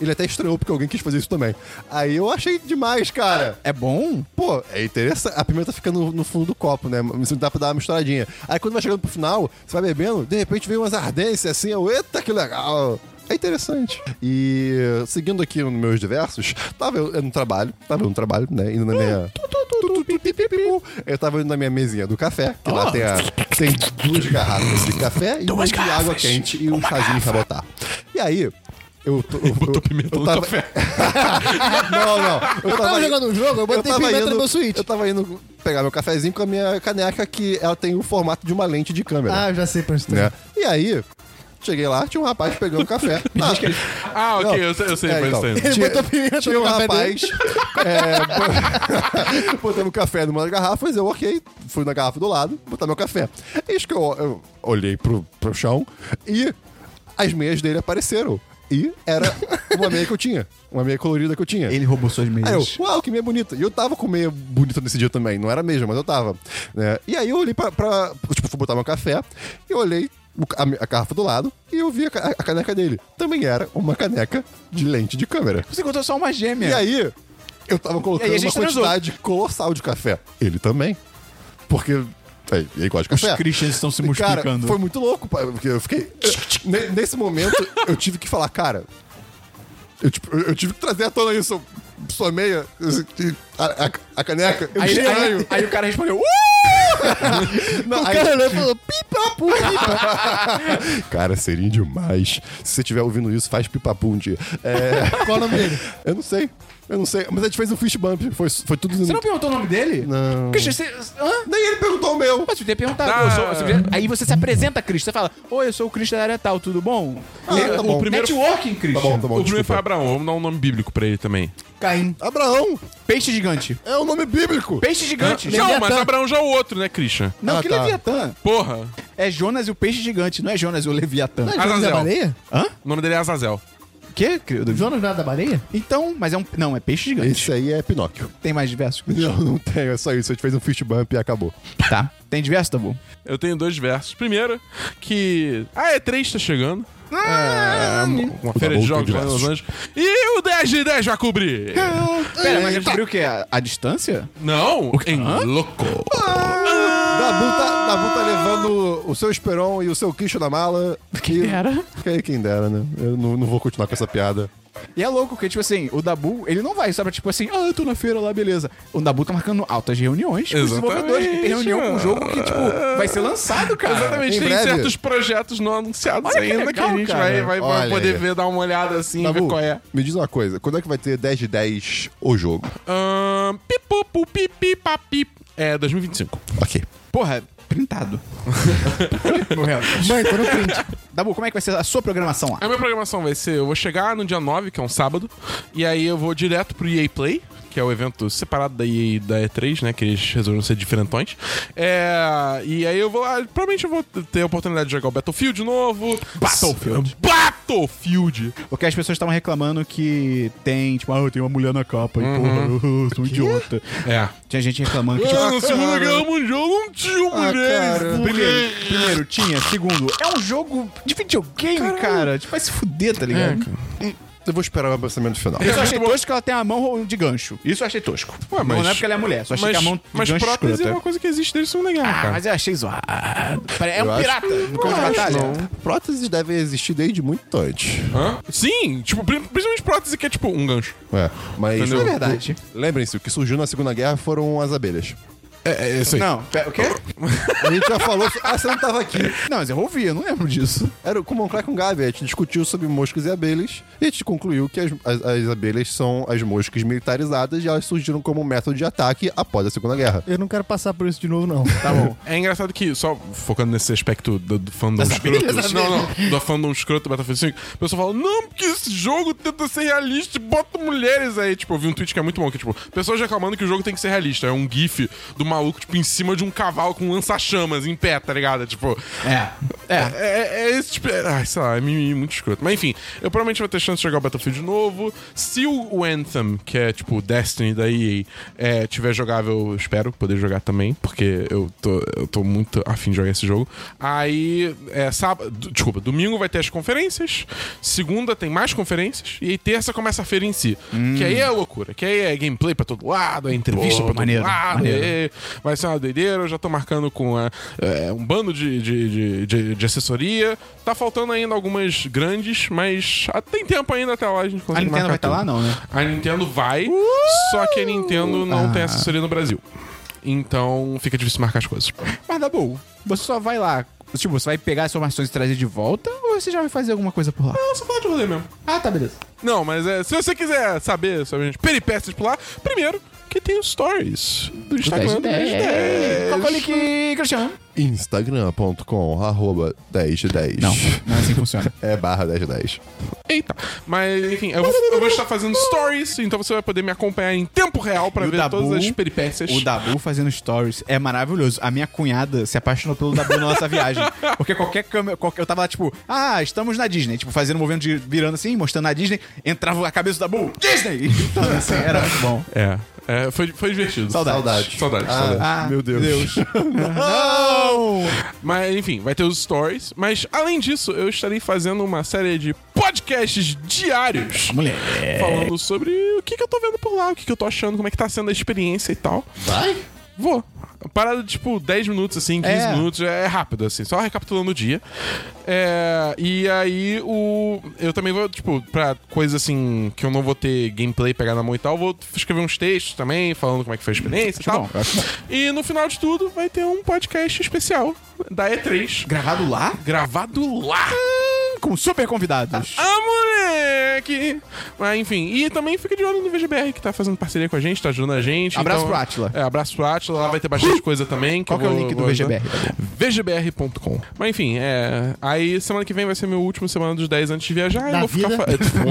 Speaker 2: Ele até estranhou porque alguém quis fazer isso também. Aí eu achei demais, cara.
Speaker 1: É bom?
Speaker 2: Pô, é interessante. A pimenta fica no, no fundo do copo, né? Isso dá pra dar uma misturadinha. Aí quando vai chegando pro final, você vai bebendo, de repente vem umas ardências assim, eu, eita, que legal. É interessante. E seguindo aqui nos meus diversos, tava eu, eu no trabalho, tava eu no trabalho, né? Indo na minha. Eu tava indo na minha mesinha do café, que
Speaker 4: Oh.
Speaker 2: lá tem, a- tem duas garrafas de café e uma de água quente e um chazinho pra botar. E aí, eu. tô- eu,
Speaker 3: Botou
Speaker 2: eu-
Speaker 3: pimenta
Speaker 2: eu
Speaker 3: no
Speaker 2: tava-
Speaker 3: café.
Speaker 2: Não, não.
Speaker 4: Eu tava jogando um jogo, eu botei
Speaker 2: tava
Speaker 4: pimenta
Speaker 2: indo-
Speaker 4: no meu Switch.
Speaker 2: Eu tava indo pegar meu cafezinho com a minha caneca que ela tem o formato de uma lente de câmera.
Speaker 4: Ah, eu já sei pra isso
Speaker 2: né?
Speaker 4: também.
Speaker 2: E aí, cheguei lá, tinha um rapaz pegando café. Ah,
Speaker 3: Ah, ok,
Speaker 2: Não.
Speaker 3: eu sei, eu sei,
Speaker 2: É,
Speaker 3: mas
Speaker 2: então.
Speaker 3: sei.
Speaker 4: Ele
Speaker 2: Tinha-
Speaker 4: botou pimenta
Speaker 2: tinha
Speaker 4: no
Speaker 2: um
Speaker 4: café dele.
Speaker 2: rapaz é, bo- botando café numa das garrafas, eu ok, fui na garrafa do lado, botar meu café. Eis que eu, eu olhei pro, pro chão e as meias dele apareceram. E era uma meia que eu tinha. Uma meia colorida que eu tinha.
Speaker 1: Ele roubou suas
Speaker 2: Aí eu,
Speaker 1: meias.
Speaker 2: uau, que meia bonita. E eu tava com meia bonita nesse dia também. Não era a mesma, mas eu tava. né? E aí eu olhei pra, pra- Tipo, fui botar meu café. E eu olhei o ca- a, mi- a garrafa do lado. E eu vi a, ca- a caneca dele. Também era uma caneca de lente de câmera.
Speaker 1: Você encontrou só uma gêmea.
Speaker 2: E aí. Eu tava colocando
Speaker 1: É. E aí a
Speaker 2: uma
Speaker 1: gente transou.
Speaker 2: quantidade colossal de café. Ele também. Porque. é, Ele gosta de
Speaker 5: Os
Speaker 2: café.
Speaker 5: Christians estão se
Speaker 2: E,
Speaker 5: multiplicando.
Speaker 2: Cara, foi muito louco, pai, porque eu fiquei. Ne- Nesse momento, eu tive que falar, cara. Eu, tipo, eu- eu tive que trazer à tona isso. Sua meia, a, a- a caneca. Eu
Speaker 1: Aí,
Speaker 2: estranho.
Speaker 1: aí- aí o cara respondeu, uh!
Speaker 2: Não,
Speaker 4: o
Speaker 2: aí-
Speaker 4: cara olhou e falou, pipa, pu, pipa.
Speaker 2: Cara, seria demais. Se você estiver ouvindo isso, faz pipapu um dia. É,
Speaker 4: Qual o nome dele?
Speaker 2: eu não sei. Eu não sei. Mas a gente fez um fist bump. Foi, foi tudo.
Speaker 1: Você não perguntou o nome dele?
Speaker 2: Não.
Speaker 1: Christian, você... Hã?
Speaker 2: Nem ele perguntou o meu.
Speaker 1: Mas você podia perguntar.
Speaker 3: Ah.
Speaker 1: eu sou- você podia- Aí você se apresenta, Christian. Você fala, oi, eu sou o Christian da área tal, tudo bom?
Speaker 2: Ah, tá
Speaker 3: o
Speaker 2: bom.
Speaker 3: primeiro-
Speaker 1: Networking, Christian.
Speaker 2: Tá bom, tá
Speaker 3: o
Speaker 2: bom.
Speaker 3: primeiro foi
Speaker 2: desculpa.
Speaker 3: Abraão, vamos dar um nome bíblico pra ele também.
Speaker 4: Caim.
Speaker 2: Abraão
Speaker 1: Peixe gigante.
Speaker 2: é um nome bíblico.
Speaker 1: Peixe gigante.
Speaker 3: Não,
Speaker 4: Leviatã.
Speaker 3: mas Abraão já é o outro, né, Christian?
Speaker 1: Não,
Speaker 2: Ah,
Speaker 1: que
Speaker 2: tá.
Speaker 1: Leviatã.
Speaker 3: Porra,
Speaker 1: É Jonas e o peixe gigante, não é Jonas e o Leviatã.
Speaker 4: Não é Jonas da
Speaker 3: Azazel.
Speaker 4: Baleia?
Speaker 3: o nome dele é Azazel.
Speaker 1: O quê, querido?
Speaker 4: Jonas não é da Baleia?
Speaker 1: Então, mas é um. Não, é peixe gigante.
Speaker 2: Esse aí é Pinóquio.
Speaker 1: Tem mais diversos?
Speaker 2: Não, não tenho. É só isso. A gente fez um fist bump e acabou.
Speaker 1: tá. Tem diversos, tá bom?
Speaker 3: Eu tenho dois versos. Primeiro, que a E3 tá chegando. É, uma, uma feira de
Speaker 2: Dabu
Speaker 3: jogos
Speaker 2: Ah, tem
Speaker 3: lá em Los
Speaker 2: diversos.
Speaker 3: Angeles. E o 10 de 10 vai cobrir.
Speaker 1: Pera, mas descobriu o quê? A, a distância?
Speaker 3: Não, em louco.
Speaker 2: Dabu tá, Dabu tá levando o seu Esperon e o seu Quixo na mala. Quem
Speaker 1: dera.
Speaker 2: Quem dera, né? Eu não, não vou continuar com essa piada.
Speaker 1: E é louco, porque, tipo assim, o Dabu, ele não vai, sabe? Tipo assim, ah, eu tô na feira lá, beleza. O Dabu tá marcando altas reuniões com os
Speaker 3: Exatamente,
Speaker 1: desenvolvedores. que Tem reunião com um
Speaker 3: mano.
Speaker 1: jogo que, tipo, vai ser lançado, cara.
Speaker 3: Exatamente,
Speaker 2: em
Speaker 3: tem
Speaker 2: breve.
Speaker 3: certos projetos não anunciados
Speaker 1: Olha que
Speaker 3: ainda que,
Speaker 1: legal,
Speaker 3: a gente
Speaker 1: cara.
Speaker 3: vai, vai- vai
Speaker 2: Olha
Speaker 3: poder
Speaker 2: aí.
Speaker 3: ver, dar uma olhada assim, ver
Speaker 2: Dabu,
Speaker 3: qual é.
Speaker 2: me diz uma coisa. Quando é que vai ter 10 de 10 o jogo?
Speaker 3: Ahn, pipupu, pipi, papi. É 2025.
Speaker 2: Ok.
Speaker 1: Porra, printado. Morreu.
Speaker 4: Mãe, tô no print.
Speaker 1: Dabu, como é que vai ser a sua programação lá?
Speaker 3: A minha programação vai ser: eu vou chegar no dia 9, que é um sábado, e aí eu vou direto pro EA Play, que é o evento separado da EA e da E3, né? Que eles resolveram ser diferentões. É, e aí eu vou lá, provavelmente eu vou ter a oportunidade de jogar o Battlefield de novo.
Speaker 1: Battlefield.
Speaker 3: Battlefield!
Speaker 1: Porque as pessoas estavam reclamando que tem, tipo, ah, eu tenho uma mulher na capa e,
Speaker 3: Uhum.
Speaker 1: porra, eu sou um idiota.
Speaker 3: É.
Speaker 1: Tinha gente reclamando que, tipo,
Speaker 3: Ah, na Segunda Guerra Mundial não tinha mulheres. por quê?
Speaker 1: Primeiro, primeiro, tinha. Segundo, é um jogo de videogame, cara. Tipo, vai se fuder, tá ligado?
Speaker 3: É,
Speaker 2: Eu vou esperar o pensamento final.
Speaker 1: Eu só achei tosco que ela tem a mão de gancho. Isso eu achei tosco.
Speaker 3: tipo, Ué, mas-
Speaker 1: Não é porque ela é mulher, só achei que
Speaker 3: Mas,
Speaker 1: a mão de
Speaker 3: mas
Speaker 1: gancho
Speaker 3: prótese
Speaker 1: escrota.
Speaker 3: é uma coisa que existe desde o segundo guerra,
Speaker 1: Ah,
Speaker 3: cara.
Speaker 1: mas eu achei zoado. Pare- É um
Speaker 2: Eu acho-
Speaker 1: pirata no campo de
Speaker 2: Acho
Speaker 1: batalha.
Speaker 2: não. Próteses devem existir desde muito antes.
Speaker 3: Hã? Sim, tipo, pri- principalmente prótese que é tipo um gancho.
Speaker 2: É, mas.
Speaker 3: Entendeu? É
Speaker 1: verdade.
Speaker 2: Lembrem-se, o que surgiu na Segunda Guerra foram as abelhas.
Speaker 3: É, é isso aí.
Speaker 1: Não, pe- o quê?
Speaker 2: A gente já falou. Ah, você não tava aqui.
Speaker 1: Não, mas eu ouvi, eu não lembro disso.
Speaker 2: Era o Common Cry com Gavi. A gente discutiu sobre moscas e abelhas. E a gente concluiu que as, as- as abelhas são as moscas militarizadas e elas surgiram como método de ataque após a Segunda Guerra.
Speaker 4: Eu não quero passar por isso de novo, não.
Speaker 1: Tá bom.
Speaker 3: É engraçado que, só focando nesse aspecto do, do fandom escroto. não, não, do fandom escroto do Battlefield 5, o pessoal fala, não, porque esse jogo tenta ser realista e bota mulheres aí. Tipo, eu vi um tweet que é muito bom, que, tipo, pessoas reclamando que o jogo tem que ser realista. É um gif do maluco, tipo, em cima de um cavalo com lança-chamas em pé, tá ligado? Tipo,
Speaker 1: É. É.
Speaker 3: é, é esse tipo. é- Ai, sei lá, é mimimi muito escroto. Mas enfim, eu provavelmente vou ter chance de jogar o Battlefield de novo. Se o Anthem, que é tipo Destiny da EA, é, tiver jogável, eu espero poder jogar também, porque eu tô, eu tô muito afim de jogar esse jogo. Aí, é, sábado. Desculpa, domingo vai ter as conferências. Segunda tem mais conferências. E aí terça começa a feira em si. Que aí é loucura. Que aí é gameplay pra todo lado, é entrevista
Speaker 1: Hum. Pô,
Speaker 3: pra todo
Speaker 1: maneiro,
Speaker 3: lado.
Speaker 1: maneiro.
Speaker 3: é- ter, vai ser uma doideira, eu já tô marcando com é, é, um bando de, de, de, de- de assessoria. Tá faltando ainda algumas grandes, mas ah, tem tempo ainda até lá a gente
Speaker 1: A
Speaker 3: consegue
Speaker 1: Nintendo
Speaker 3: marcar
Speaker 1: vai estar
Speaker 3: tudo.
Speaker 1: lá, não, né?
Speaker 3: A Nintendo vai, só que a Nintendo não
Speaker 1: Ah.
Speaker 3: tem assessoria no Brasil. Então fica difícil marcar as coisas.
Speaker 1: Mas dá bom. Você só vai lá. Tipo, você vai pegar as informações e trazer de volta ou você já vai fazer alguma coisa por lá?
Speaker 3: Não, só falar de rolê mesmo.
Speaker 1: Ah, tá, beleza.
Speaker 3: Não, mas é, se você quiser saber sobre as peripécias por lá, primeiro que tem os stories do Instagram do 10
Speaker 1: Qual que é o link, Cristiano?
Speaker 2: Instagram.com arroba 10 de 10.
Speaker 1: Não, não é assim que funciona.
Speaker 2: É barra 10 de 10.
Speaker 3: Eita. Mas, enfim, eu vou, eu vou estar fazendo stories, então você vai poder me acompanhar em tempo real pra
Speaker 1: E o
Speaker 3: ver
Speaker 1: Dabu-
Speaker 3: todas as peripécias.
Speaker 1: O Dabu fazendo stories é maravilhoso. A minha cunhada se apaixonou pelo Dabu na nossa viagem. Porque qualquer câmera. qualquer- eu tava lá, tipo, ah, estamos na Disney. Tipo, fazendo um movimento de virando assim, mostrando na Disney. Entrava a cabeça do Dabu, Disney! Então, assim, era muito bom.
Speaker 3: É, É, foi, foi divertido.
Speaker 2: Saudade.
Speaker 3: Saudade,
Speaker 2: Ah,
Speaker 3: saudade.
Speaker 1: Ah,
Speaker 2: meu Deus.
Speaker 1: Não!
Speaker 3: Mas, enfim, vai ter os stories. Mas, além disso, eu estarei fazendo uma série de podcasts diários.
Speaker 1: Mulher.
Speaker 3: Falando sobre o que, que eu tô vendo por lá, o que, que eu tô achando, como é que tá sendo a experiência e tal.
Speaker 2: Vai?
Speaker 3: Vou. Parada, tipo, 10 minutos, assim, 15
Speaker 1: É.
Speaker 3: minutos, é rápido, assim, só recapitulando o dia. É, e aí, o. Eu também vou, tipo, pra coisas assim, que eu não vou ter gameplay pegar na mão e tal, vou escrever uns textos também, falando como é que foi a experiência e tal.
Speaker 1: bom, eu acho
Speaker 3: E no final de tudo, vai ter um podcast especial da E3,
Speaker 1: Gravado lá?
Speaker 3: gravado lá.
Speaker 1: Com super convidados.
Speaker 3: Ah, moleque! Mas enfim, e também fica de olho no VGBR que tá fazendo parceria com a gente, tá ajudando a gente.
Speaker 1: Abraço
Speaker 3: então,
Speaker 1: pro Átila.
Speaker 3: É, abraço pro Atila, lá vai ter bastante coisa também.
Speaker 1: Qual que é o
Speaker 3: eu vou-
Speaker 1: link do
Speaker 3: vou ajudar.
Speaker 1: VGBR?
Speaker 3: VGBR.com. Mas enfim, é. Aí semana que vem vai ser meu último semana dos 10 antes de viajar.
Speaker 4: Da
Speaker 3: eu vou ficar.
Speaker 4: vida.
Speaker 3: fa-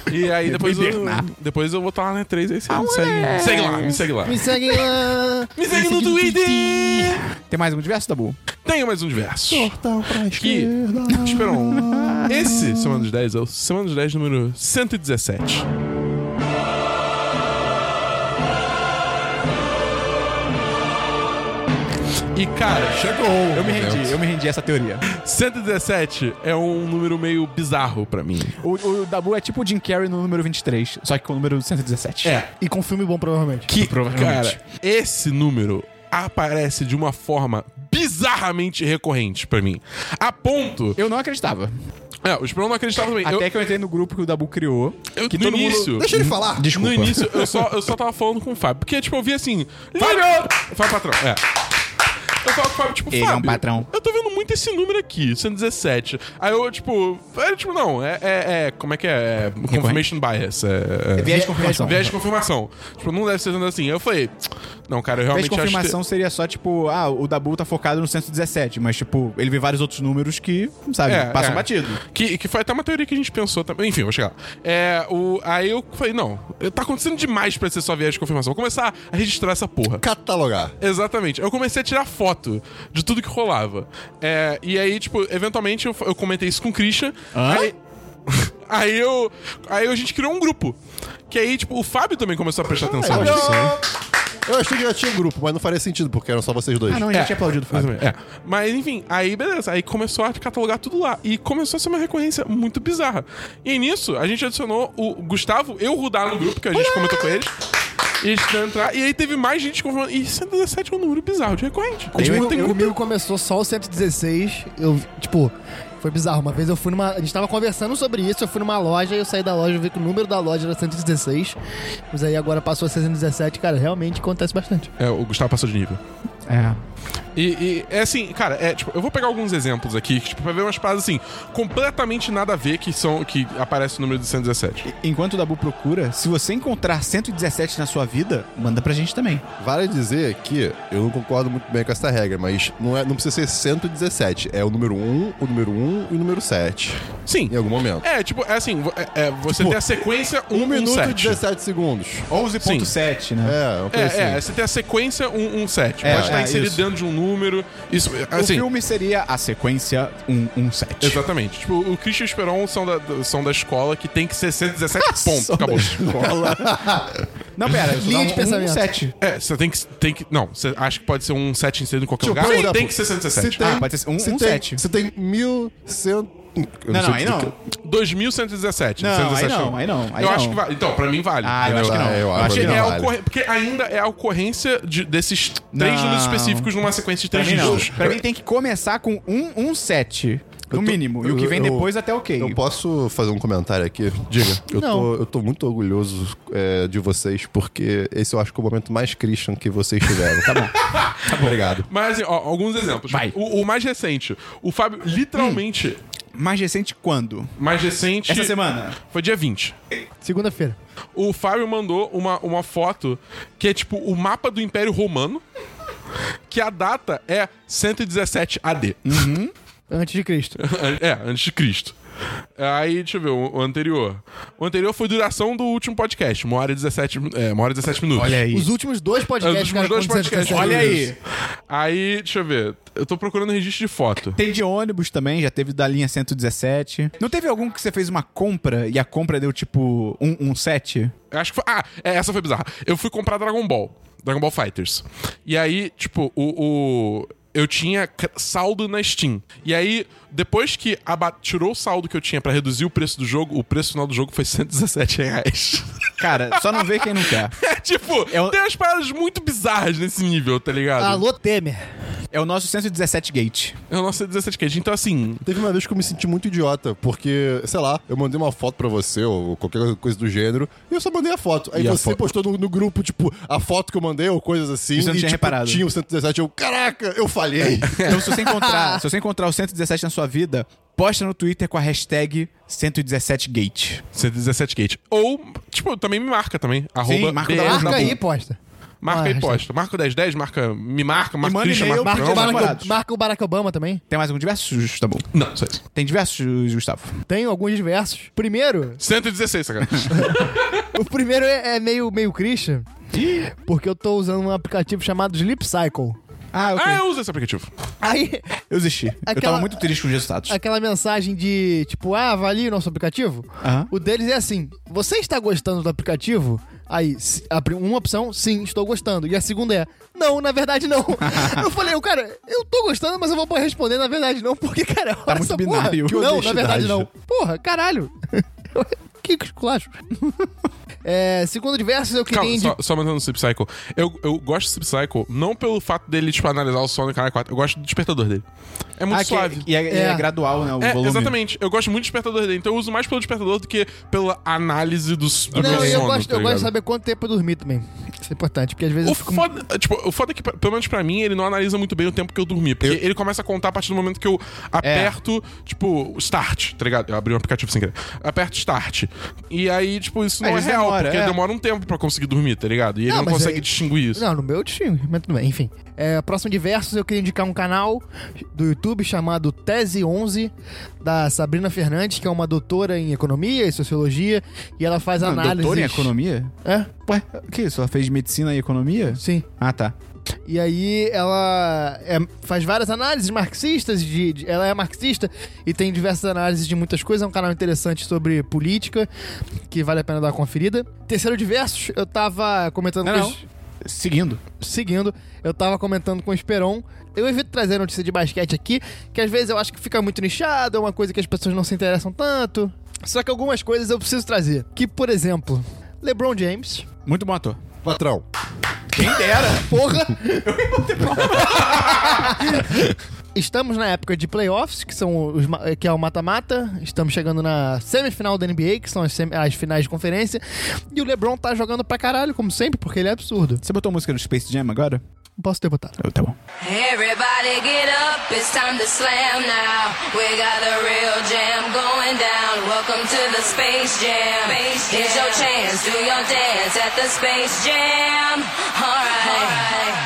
Speaker 3: Porra. e aí depois eu,
Speaker 1: hibernar.
Speaker 3: depois eu vou estar lá na E3 aí você
Speaker 1: Ah,
Speaker 3: me segue, me segue lá, me segue lá.
Speaker 4: Me segue lá.
Speaker 3: Me segue no Twitter!
Speaker 1: Tem mais um diverso, Dabu?
Speaker 3: Tenho mais um diverso.
Speaker 2: Portal pra
Speaker 3: Que. Espera um. Esse Semana dos 10 é o Semana dos 10 número 117. E cara,
Speaker 1: Chegou! Eu me rendi, eu me rendi a essa teoria.
Speaker 3: 117 é um número meio bizarro pra mim.
Speaker 1: O, o Dabu é tipo o Jim Carrey no número 23, só que com o número 117.
Speaker 3: É.
Speaker 4: E com um filme bom, provavelmente.
Speaker 3: Que,
Speaker 1: Provavelmente.
Speaker 3: cara, esse número aparece de uma forma bizarramente recorrente pra mim. A ponto.
Speaker 1: Eu não acreditava.
Speaker 3: É, o Esperão não acreditava também.
Speaker 1: Até
Speaker 3: eu,
Speaker 1: que eu entrei no grupo que o Dabu criou.
Speaker 3: eu,
Speaker 1: que
Speaker 3: no
Speaker 1: todo mundo-
Speaker 3: início,
Speaker 2: Deixa ele falar.
Speaker 3: No início, eu só, eu só tava falando com o Fábio. Porque, tipo, eu vi assim. Fábio! Fábio Patrão, é. Eu tava com o Fábio, tipo,
Speaker 1: Ele é um
Speaker 3: Fábio.
Speaker 1: patrão.
Speaker 3: Eu tô vendo muito esse número aqui, 117. Aí eu, tipo. Aí, tipo, não, é. é- é- como é que é? é confirmation bias. É, é-
Speaker 1: Viés de confirmação.
Speaker 3: Viés de confirmação. Tipo, não deve ser tanto assim. Aí eu falei. Não, cara, eu
Speaker 1: Viés
Speaker 3: realmente
Speaker 1: de confirmação seria só tipo, ah, o Dabu tá focado no 117, mas tipo, ele vê vários outros números que, sabe,
Speaker 3: É,
Speaker 1: passam
Speaker 3: é.
Speaker 1: batido.
Speaker 3: Que, que foi até uma teoria que a gente pensou também. Enfim, vou chegar lá. É, o, aí eu falei, não, tá acontecendo demais pra ser só viés de confirmação. Vou começar a registrar essa porra.
Speaker 2: Catalogar.
Speaker 3: Exatamente. Eu comecei a tirar foto de tudo que rolava. É, e aí, tipo, eventualmente eu, eu comentei isso com o Christian. Aí, aí eu. Aí a gente criou um grupo. Que aí, tipo, o Fábio também começou a prestar atenção.
Speaker 2: Eu, eu achei que já tinha um grupo, mas não faria sentido, porque eram só vocês dois.
Speaker 1: Ah, não, a gente
Speaker 3: É.
Speaker 1: tinha aplaudido o
Speaker 3: Mais
Speaker 1: Fábio.
Speaker 3: ou menos, é. Mas enfim, aí beleza. Aí começou a catalogar tudo lá. E começou a ser uma recorrência muito bizarra. E nisso, a gente adicionou o Gustavo eu o Rudá no grupo, que a gente comentou com eles. E eles tentaram entrar. E aí teve mais gente confirmando. E 117 é um número bizarro de recorrente. Tipo,
Speaker 4: Comigo,
Speaker 3: Tem muito-
Speaker 4: Tipo, comigo começou só o 116. Eu, tipo, foi bizarro. Uma vez eu fui numa. A gente tava conversando sobre isso. Eu fui numa loja e eu saí da loja. Eu vi que o número da loja era 116. Mas aí agora passou a 617. Cara, realmente acontece bastante.
Speaker 3: É, o Gustavo passou de nível.
Speaker 1: É.
Speaker 3: E, e é assim, cara, é tipo, eu vou pegar alguns exemplos aqui, que, tipo, pra ver umas paradas assim, completamente nada a ver que são que aparece o número de 117.
Speaker 1: Enquanto o Dabu procura, se você encontrar 117 na sua vida, manda pra gente também.
Speaker 2: Vale dizer que eu não concordo muito bem com essa regra, mas não, é, não precisa ser 117. É o número 1, o número 1 e o número 7.
Speaker 3: Sim.
Speaker 2: Em algum momento.
Speaker 3: É, tipo, é assim, vo- é, é, você tem a sequência 1
Speaker 2: 1 Tipo, minuto e
Speaker 3: 7.
Speaker 2: 17 segundos.
Speaker 1: 11.7, né?
Speaker 2: É, uma
Speaker 3: É,
Speaker 2: coisa
Speaker 3: é,
Speaker 2: assim.
Speaker 3: você tem a sequência 117.
Speaker 1: É,
Speaker 3: Pode estar
Speaker 1: é,
Speaker 3: inserido
Speaker 1: isso.
Speaker 3: dentro de um número. Isso,
Speaker 1: o
Speaker 3: assim,
Speaker 1: filme seria a sequência 117.
Speaker 3: Exatamente. Tipo, o Christian e o Esperon são da, da- são da escola que tem que ser
Speaker 2: Ah,
Speaker 3: 117 pontos. Acabou.
Speaker 1: Não, pera,
Speaker 4: Linha de pensamento.
Speaker 1: 17.
Speaker 3: É, você tem que, tem que. Não, você acha que pode ser um 7 inserido em qualquer
Speaker 2: Tipo,
Speaker 3: lugar?
Speaker 2: por exemplo,
Speaker 3: tem que ser 117.
Speaker 2: Se tem,
Speaker 1: Ah, pode ser um-
Speaker 2: se
Speaker 1: um
Speaker 2: tem,
Speaker 1: sete.
Speaker 2: Se tem 1100... eu
Speaker 1: Não, não,
Speaker 2: sei
Speaker 1: aí
Speaker 2: do
Speaker 1: não.
Speaker 2: que-
Speaker 3: 2117.
Speaker 1: Não, aí
Speaker 3: 117
Speaker 1: não, aí não, aí
Speaker 3: eu
Speaker 1: não.
Speaker 3: acho que vale. Então, pra mim vale.
Speaker 1: Ah, eu
Speaker 3: entendeu?
Speaker 1: acho que não.
Speaker 2: Ah, eu acho
Speaker 1: achei
Speaker 2: que
Speaker 1: que
Speaker 3: É
Speaker 2: não.
Speaker 3: a
Speaker 1: não.
Speaker 2: vale.
Speaker 3: ocorre- Porque ainda é a ocorrência de- desses três
Speaker 1: Não.
Speaker 3: números específicos numa sequência de
Speaker 1: Pra
Speaker 3: três
Speaker 1: mim, não.
Speaker 3: dígitos.
Speaker 1: Pra mim tem que começar com 117. No
Speaker 2: Eu tô-
Speaker 1: mínimo. E o que vem
Speaker 2: eu- eu-
Speaker 1: depois até ok.
Speaker 2: Eu posso fazer um comentário aqui? Diga. Eu,
Speaker 4: Não.
Speaker 2: tô, eu tô muito orgulhoso é, de vocês, porque esse eu acho que é o momento mais Christian que vocês tiveram. tá bom. Tá bom. Obrigado.
Speaker 3: Mas, assim, ó, alguns exemplos.
Speaker 1: Vai.
Speaker 3: O, o mais recente. O Fábio, literalmente,
Speaker 1: Mais recente quando?
Speaker 3: mais recente.
Speaker 1: Essa semana.
Speaker 3: Foi dia 20.
Speaker 4: Segunda-feira.
Speaker 3: O Fábio mandou uma, uma foto que é tipo o mapa do Império Romano, que a data é 117 AD.
Speaker 4: Antes de Cristo.
Speaker 3: é, antes de Cristo. Aí, deixa eu ver, o o anterior. O anterior foi duração do último podcast, uma hora e 17, min- é, uma hora e 17 minutos.
Speaker 1: aí.
Speaker 4: Os últimos dois podcasts,
Speaker 3: Os últimos
Speaker 4: cara,
Speaker 3: dois
Speaker 4: quando você
Speaker 3: podcasts.
Speaker 4: recebe
Speaker 1: Olha aí.
Speaker 4: isso.
Speaker 3: Aí, deixa eu ver, eu tô procurando registro de foto.
Speaker 1: Tem de ônibus também, já teve da linha 117. Não teve algum que você fez uma compra e a compra deu tipo um, um set?
Speaker 3: Eu Acho que foi. Ah, é, essa foi bizarra. Eu fui comprar Dragon Ball. Dragon Ball Fighters. E aí, tipo, o. o- Eu tinha c- saldo na Steam. E aí, depois que aba- tirou o saldo que eu tinha pra reduzir o preço do jogo, o preço final do jogo foi R$ 117 reais.
Speaker 1: Cara, só não vê quem não quer.
Speaker 3: É tipo,
Speaker 1: É o-
Speaker 3: tem umas paradas muito bizarras nesse nível, tá ligado?
Speaker 4: um- Alô, Temer.
Speaker 1: É o nosso 117 gate.
Speaker 3: É o nosso 17 queijo. Então, assim.
Speaker 2: Teve uma vez que eu me senti muito idiota, porque, sei lá, eu mandei uma foto pra você ou qualquer coisa do gênero, e eu só mandei a foto. Aí
Speaker 3: E a
Speaker 2: você
Speaker 3: foto?
Speaker 2: postou no, no grupo, tipo, a foto que eu mandei ou coisas assim.
Speaker 1: Isso eu não
Speaker 2: e,
Speaker 1: tinha
Speaker 2: tipo,
Speaker 1: reparado.
Speaker 2: Tinha o 117, eu, caraca, eu falhei.
Speaker 1: Então, se você encontrar, se você encontrar o 117 na sua vida, posta no Twitter com a hashtag 117gate.
Speaker 3: 117 Gate. Ou, tipo, também me marca também. Arroba
Speaker 1: marca o
Speaker 3: BR
Speaker 1: da-
Speaker 3: Dabu.
Speaker 4: Marca aí, posta.
Speaker 3: Marca
Speaker 4: Ah,
Speaker 3: aí,
Speaker 4: hashtag.
Speaker 3: posta. Marca o 1010, marca. Me marca, marca o
Speaker 1: manda
Speaker 3: Christian,
Speaker 1: e-mail,
Speaker 3: marca
Speaker 1: marca
Speaker 4: Marca,
Speaker 3: o
Speaker 4: o
Speaker 1: Não,
Speaker 3: Bruno.
Speaker 1: namorados.
Speaker 4: Barack, marca o Barack Obama também.
Speaker 1: Tem mais algum diversos, tá bom?
Speaker 3: Não, só isso.
Speaker 1: Tem diversos, Gustavo.
Speaker 4: Tem alguns versos. Primeiro,
Speaker 3: 116, sacanagem.
Speaker 4: o primeiro é, é meio, meio Christian, porque eu tô usando um aplicativo chamado Sleep Cycle.
Speaker 1: Ah, ok.
Speaker 3: Ah, eu uso esse aplicativo.
Speaker 4: Aí,
Speaker 1: Eu desisti. Eu
Speaker 4: Aquela-
Speaker 1: tava muito triste com os resultados.
Speaker 4: aquela mensagem de tipo, ah, avalie o nosso aplicativo.
Speaker 1: Aham.
Speaker 4: O deles é assim: você está gostando do aplicativo? Aí, se- a pri- uma opção, sim, estou gostando. E a segunda é, não, na verdade não. eu falei, eu, cara, eu tô gostando, mas eu vou responder na verdade não, porque, cara,
Speaker 3: Tá
Speaker 4: olha
Speaker 1: muito
Speaker 4: essa
Speaker 1: binário.
Speaker 4: porra. Não, na
Speaker 2: honestidade.
Speaker 4: verdade não. Porra, caralho. que esculacho. é, segundo diversos, eu queria...
Speaker 3: Calma,
Speaker 4: indi-
Speaker 3: só, só mantendo o Sleep Cycle. Eu, eu gosto do Sleep Cycle não pelo fato dele, tipo, analisar o sono no canal 4. Eu gosto do despertador dele. É muito
Speaker 1: Ah, que-
Speaker 3: suave.
Speaker 1: e é, e é
Speaker 4: É.
Speaker 1: gradual, né? O
Speaker 3: É,
Speaker 1: volume.
Speaker 3: exatamente. Eu gosto muito do despertador dele. Então eu uso mais pelo despertador do que pela análise do, s- do meu
Speaker 4: Não,
Speaker 3: sono.
Speaker 4: eu gosto,
Speaker 3: tá
Speaker 4: eu gosto
Speaker 3: ligado?
Speaker 4: de saber quanto tempo eu dormi também. Isso é importante, porque às vezes
Speaker 3: O
Speaker 4: eu fico...
Speaker 3: foda, tipo, o foda é que, pra- pelo menos pra mim, ele não analisa muito bem o tempo que eu dormi. Porque ele começa a contar a partir do momento que eu
Speaker 4: É.
Speaker 3: aperto, tipo, o start, tá ligado? Eu abri um aplicativo sem querer. Aperto start. E aí, tipo, isso
Speaker 1: Às
Speaker 3: não é
Speaker 1: vezes
Speaker 3: real,
Speaker 1: demora,
Speaker 3: porque
Speaker 1: é.
Speaker 3: demora um tempo pra conseguir dormir, tá ligado? E ele
Speaker 4: Não,
Speaker 3: não,
Speaker 4: mas
Speaker 3: consegue
Speaker 4: aí-
Speaker 3: distinguir isso.
Speaker 4: Não, no meu tinha, mas tudo bem, enfim. É, próximo de versos, eu queria indicar um canal do YouTube chamado Tese 11, da Sabrina Fernandes, que é uma doutora em economia e sociologia, e ela faz
Speaker 1: Ah,
Speaker 4: análise.
Speaker 1: doutor em economia?
Speaker 4: É,
Speaker 1: Ué, o que isso? Ela fez medicina e economia?
Speaker 4: sim.
Speaker 1: Ah, tá.
Speaker 4: E aí ela é, faz várias análises marxistas, de, de- ela é marxista e tem diversas análises de muitas coisas, é um canal interessante sobre política, que vale a pena dar uma conferida. Terceiro de versos, eu tava comentando
Speaker 1: Não,
Speaker 4: com
Speaker 1: não.
Speaker 4: os-
Speaker 1: Seguindo.
Speaker 4: seguindo, eu tava comentando com o Esperon. Eu evito trazer notícia de basquete aqui, que às vezes eu acho que fica muito nichado, é uma coisa que as pessoas não se interessam tanto. Só que algumas coisas eu preciso trazer. Que, por exemplo, LeBron James.
Speaker 1: Muito bom ator.
Speaker 2: Patrão,
Speaker 1: Quem dera.
Speaker 4: Porra! Estamos na época de playoffs, que, são os, ma- que é o mata-mata. Estamos chegando na semifinal da NBA, que são as, semi- as finais de conferência. E o LeBron tá jogando pra caralho, como sempre, porque ele é absurdo.
Speaker 1: Você botou a música do Space Jam agora?
Speaker 4: Posso ter botado.
Speaker 1: Eu, tá bom.
Speaker 5: Everybody get up, it's time to slam now. We got a real jam going down. Welcome to the Space Jam. Here's your chance, do your dance at the Space Jam. Alright.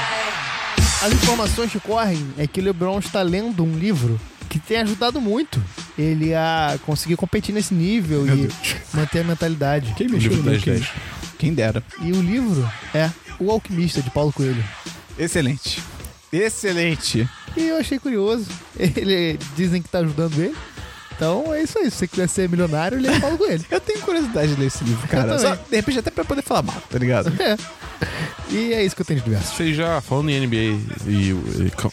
Speaker 4: As informações que correm é que o LeBron está lendo um livro que tem ajudado muito ele a conseguir competir nesse nível e manter a mentalidade.
Speaker 1: Quem né,
Speaker 3: mexeu no meu
Speaker 1: quem,
Speaker 3: queijo?
Speaker 1: quem dera.
Speaker 4: E o livro é O Alquimista, de Paulo Coelho.
Speaker 1: Excelente. Excelente.
Speaker 4: E eu achei curioso. Ele dizem que tá ajudando ele. Então é isso aí. Se você quiser ser milionário, lê Paulo Coelho.
Speaker 1: Eu tenho curiosidade de ler esse livro, cara.
Speaker 4: Eu
Speaker 1: Só,
Speaker 4: também.
Speaker 1: de repente até pra poder falar mal, tá ligado?
Speaker 4: É. E é isso que eu tenho de diversos.
Speaker 3: Vocês já, falando em NBA e... e,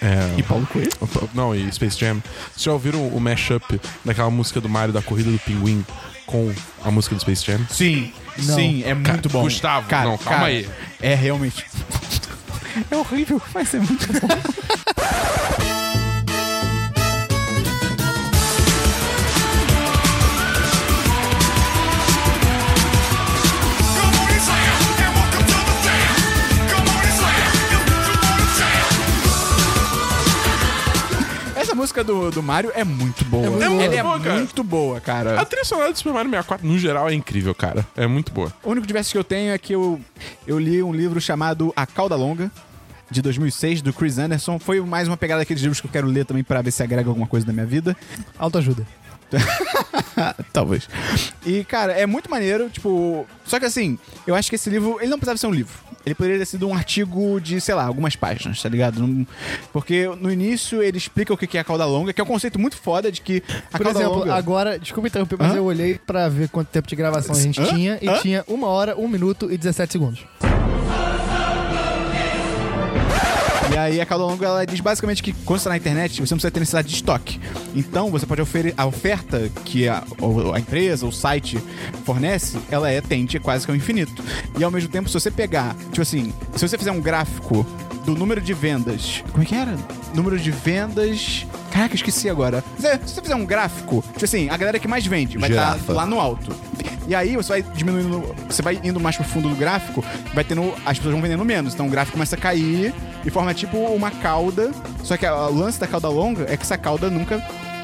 Speaker 3: é,
Speaker 1: E Paulo Coelho?
Speaker 3: não, e Space Jam, vocês já ouviram o mashup daquela música do Mario da Corrida do Pinguim com a música do Space Jam?
Speaker 1: Sim.
Speaker 4: Não.
Speaker 1: Sim, é muito bom.
Speaker 3: Gustavo,
Speaker 1: Cara,
Speaker 3: não, calma
Speaker 1: cara,
Speaker 3: aí.
Speaker 1: É realmente. é horrível, mas é muito bom.
Speaker 6: Come on and slam, and welcome to the jam. Come on and slam, you come on and slam.
Speaker 1: Essa música do, do Mario é muito boa.
Speaker 4: muito
Speaker 1: Ela
Speaker 4: boa.
Speaker 1: é
Speaker 3: É muito boa, cara.
Speaker 1: muito boa, cara.
Speaker 3: A trilha sonora do Super Mario 64, no geral, é incrível, cara. É muito boa.
Speaker 1: O único diverso que eu tenho é que eu, eu li um livro chamado A Cauda Longa, de 2006, do Chris Anderson. Foi mais uma pegada daqueles livros que eu quero ler também pra ver se agrega alguma coisa na minha vida.
Speaker 4: Autoajuda.
Speaker 1: Talvez. E, cara, é muito maneiro, tipo. Só que assim, eu acho que esse livro. Ele não precisava ser um livro. Ele poderia ter sido um artigo de, sei lá, algumas páginas, tá ligado? Não- Porque no início ele explica o que que é a cauda longa, que é um conceito muito foda de que a
Speaker 4: Por
Speaker 1: cauda
Speaker 4: exemplo,
Speaker 1: longa.
Speaker 4: agora, desculpa interromper, mas eu olhei pra ver quanto tempo de gravação a gente tinha e tinha 1 hora, 1 minuto e 17 segundos.
Speaker 1: E aí a cauda longa ela diz basicamente que quando você tá na internet, você não precisa ter necessidade de estoque. Então você pode oferecer a oferta que a, ou a empresa, ou o site fornece, ela é tente quase que ao infinito. E ao mesmo tempo, se você pegar, tipo assim, se você fizer um gráfico do número de vendas. Como é que era? Número de vendas. Caraca, esqueci agora. Se se você fizer um gráfico, tipo assim, a galera que mais vende vai tá estar
Speaker 2: Girafa.
Speaker 1: lá no alto. E aí você vai diminuindo, você vai indo mais pro fundo do gráfico, vai tendo. As pessoas vão vendendo menos. Então o gráfico começa a cair e forma tipo uma cauda. Só que a- o lance da cauda longa é que essa cauda nunca.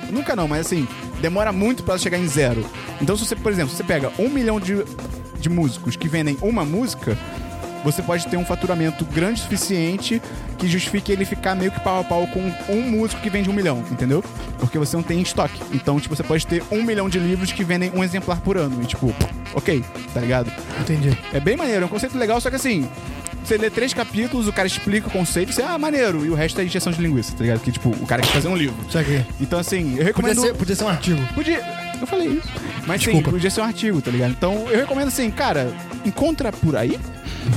Speaker 1: Nunca não, mas assim, demora muito pra ela chegar em zero. Então, se você, por exemplo, se você pega um milhão de, de músicos que vendem uma música, você pode ter um faturamento grande o suficiente que justifique ele ficar meio que pau a pau com um músico que vende um milhão, entendeu? Porque você não tem estoque. Então, tipo, você pode ter um milhão de livros que vendem um exemplar por ano. E, tipo, ok, tá ligado?
Speaker 4: Entendi.
Speaker 1: É bem maneiro, é um conceito legal, só que assim. Você lê três capítulos, o cara explica o conceito, você, ah, maneiro, e o resto é injeção de linguiça, tá ligado? Que, tipo, o cara quer fazer um livro.
Speaker 4: Isso aqui.
Speaker 1: Então, assim, eu
Speaker 4: Podia,
Speaker 1: recomendo.
Speaker 4: ser, podia ser um artigo.
Speaker 1: Podia. Eu falei isso. Mas
Speaker 4: Desculpa.
Speaker 1: sim, podia ser um artigo, tá ligado? Então eu recomendo assim, cara, encontra por aí.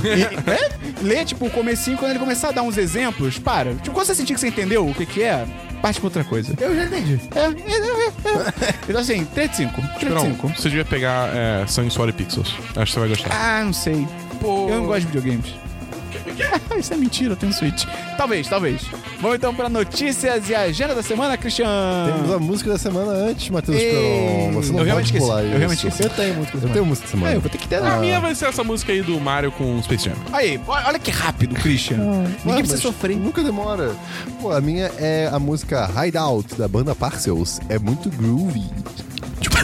Speaker 1: E, é, lê, tipo, o comecinho, quando ele começar a dar uns exemplos, para. Tipo, quando você sentir que você entendeu o que, que é, parte pra outra coisa.
Speaker 4: Eu já entendi.
Speaker 1: É, é, é, é. Então assim, 3 de 5. 3 de
Speaker 3: Não,
Speaker 1: 5.
Speaker 3: você devia pegar é, Sangue, Suor e Pixels. Acho que você vai gostar.
Speaker 1: Ah, não sei.
Speaker 3: Pô.
Speaker 1: Eu não gosto de videogames. Isso é mentira, eu tenho Switch. Talvez, talvez. Vamos então pra notícias e a agenda da semana, Christian.
Speaker 2: Temos a música da semana antes, Matheus
Speaker 1: Ei.
Speaker 2: Peron.
Speaker 1: Eu
Speaker 2: Você não
Speaker 1: realmente
Speaker 2: pode
Speaker 1: esqueci,
Speaker 2: pular
Speaker 1: eu
Speaker 2: isso.
Speaker 1: realmente esqueci.
Speaker 2: Eu tenho música da semana. Eu tenho música da semana.
Speaker 1: É, eu vou ter que ter.
Speaker 3: A minha vai ser essa música aí do Mario com Space Jam.
Speaker 1: Aí, ó- olha que rápido, Christian.
Speaker 2: Ué,
Speaker 1: Ninguém precisa
Speaker 2: mas
Speaker 1: sofrer.
Speaker 2: Nunca demora. Pô, a minha é a música Hideout, da banda Parcels. É muito groovy. Tipo,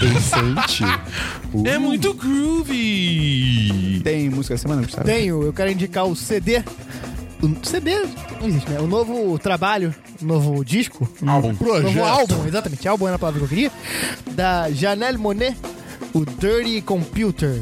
Speaker 2: dançante. Uh,
Speaker 3: É muito groovy!
Speaker 1: Tem música da semana, Gustavo?
Speaker 4: Tenho, eu quero indicar o CD. O CD não existe, né? O novo trabalho, o novo disco.
Speaker 3: Álbum.
Speaker 4: O novo
Speaker 2: Projeto.
Speaker 4: álbum, exatamente. Álbum era a palavra que eu queria. Da Janelle Monet, o Dirty Computer.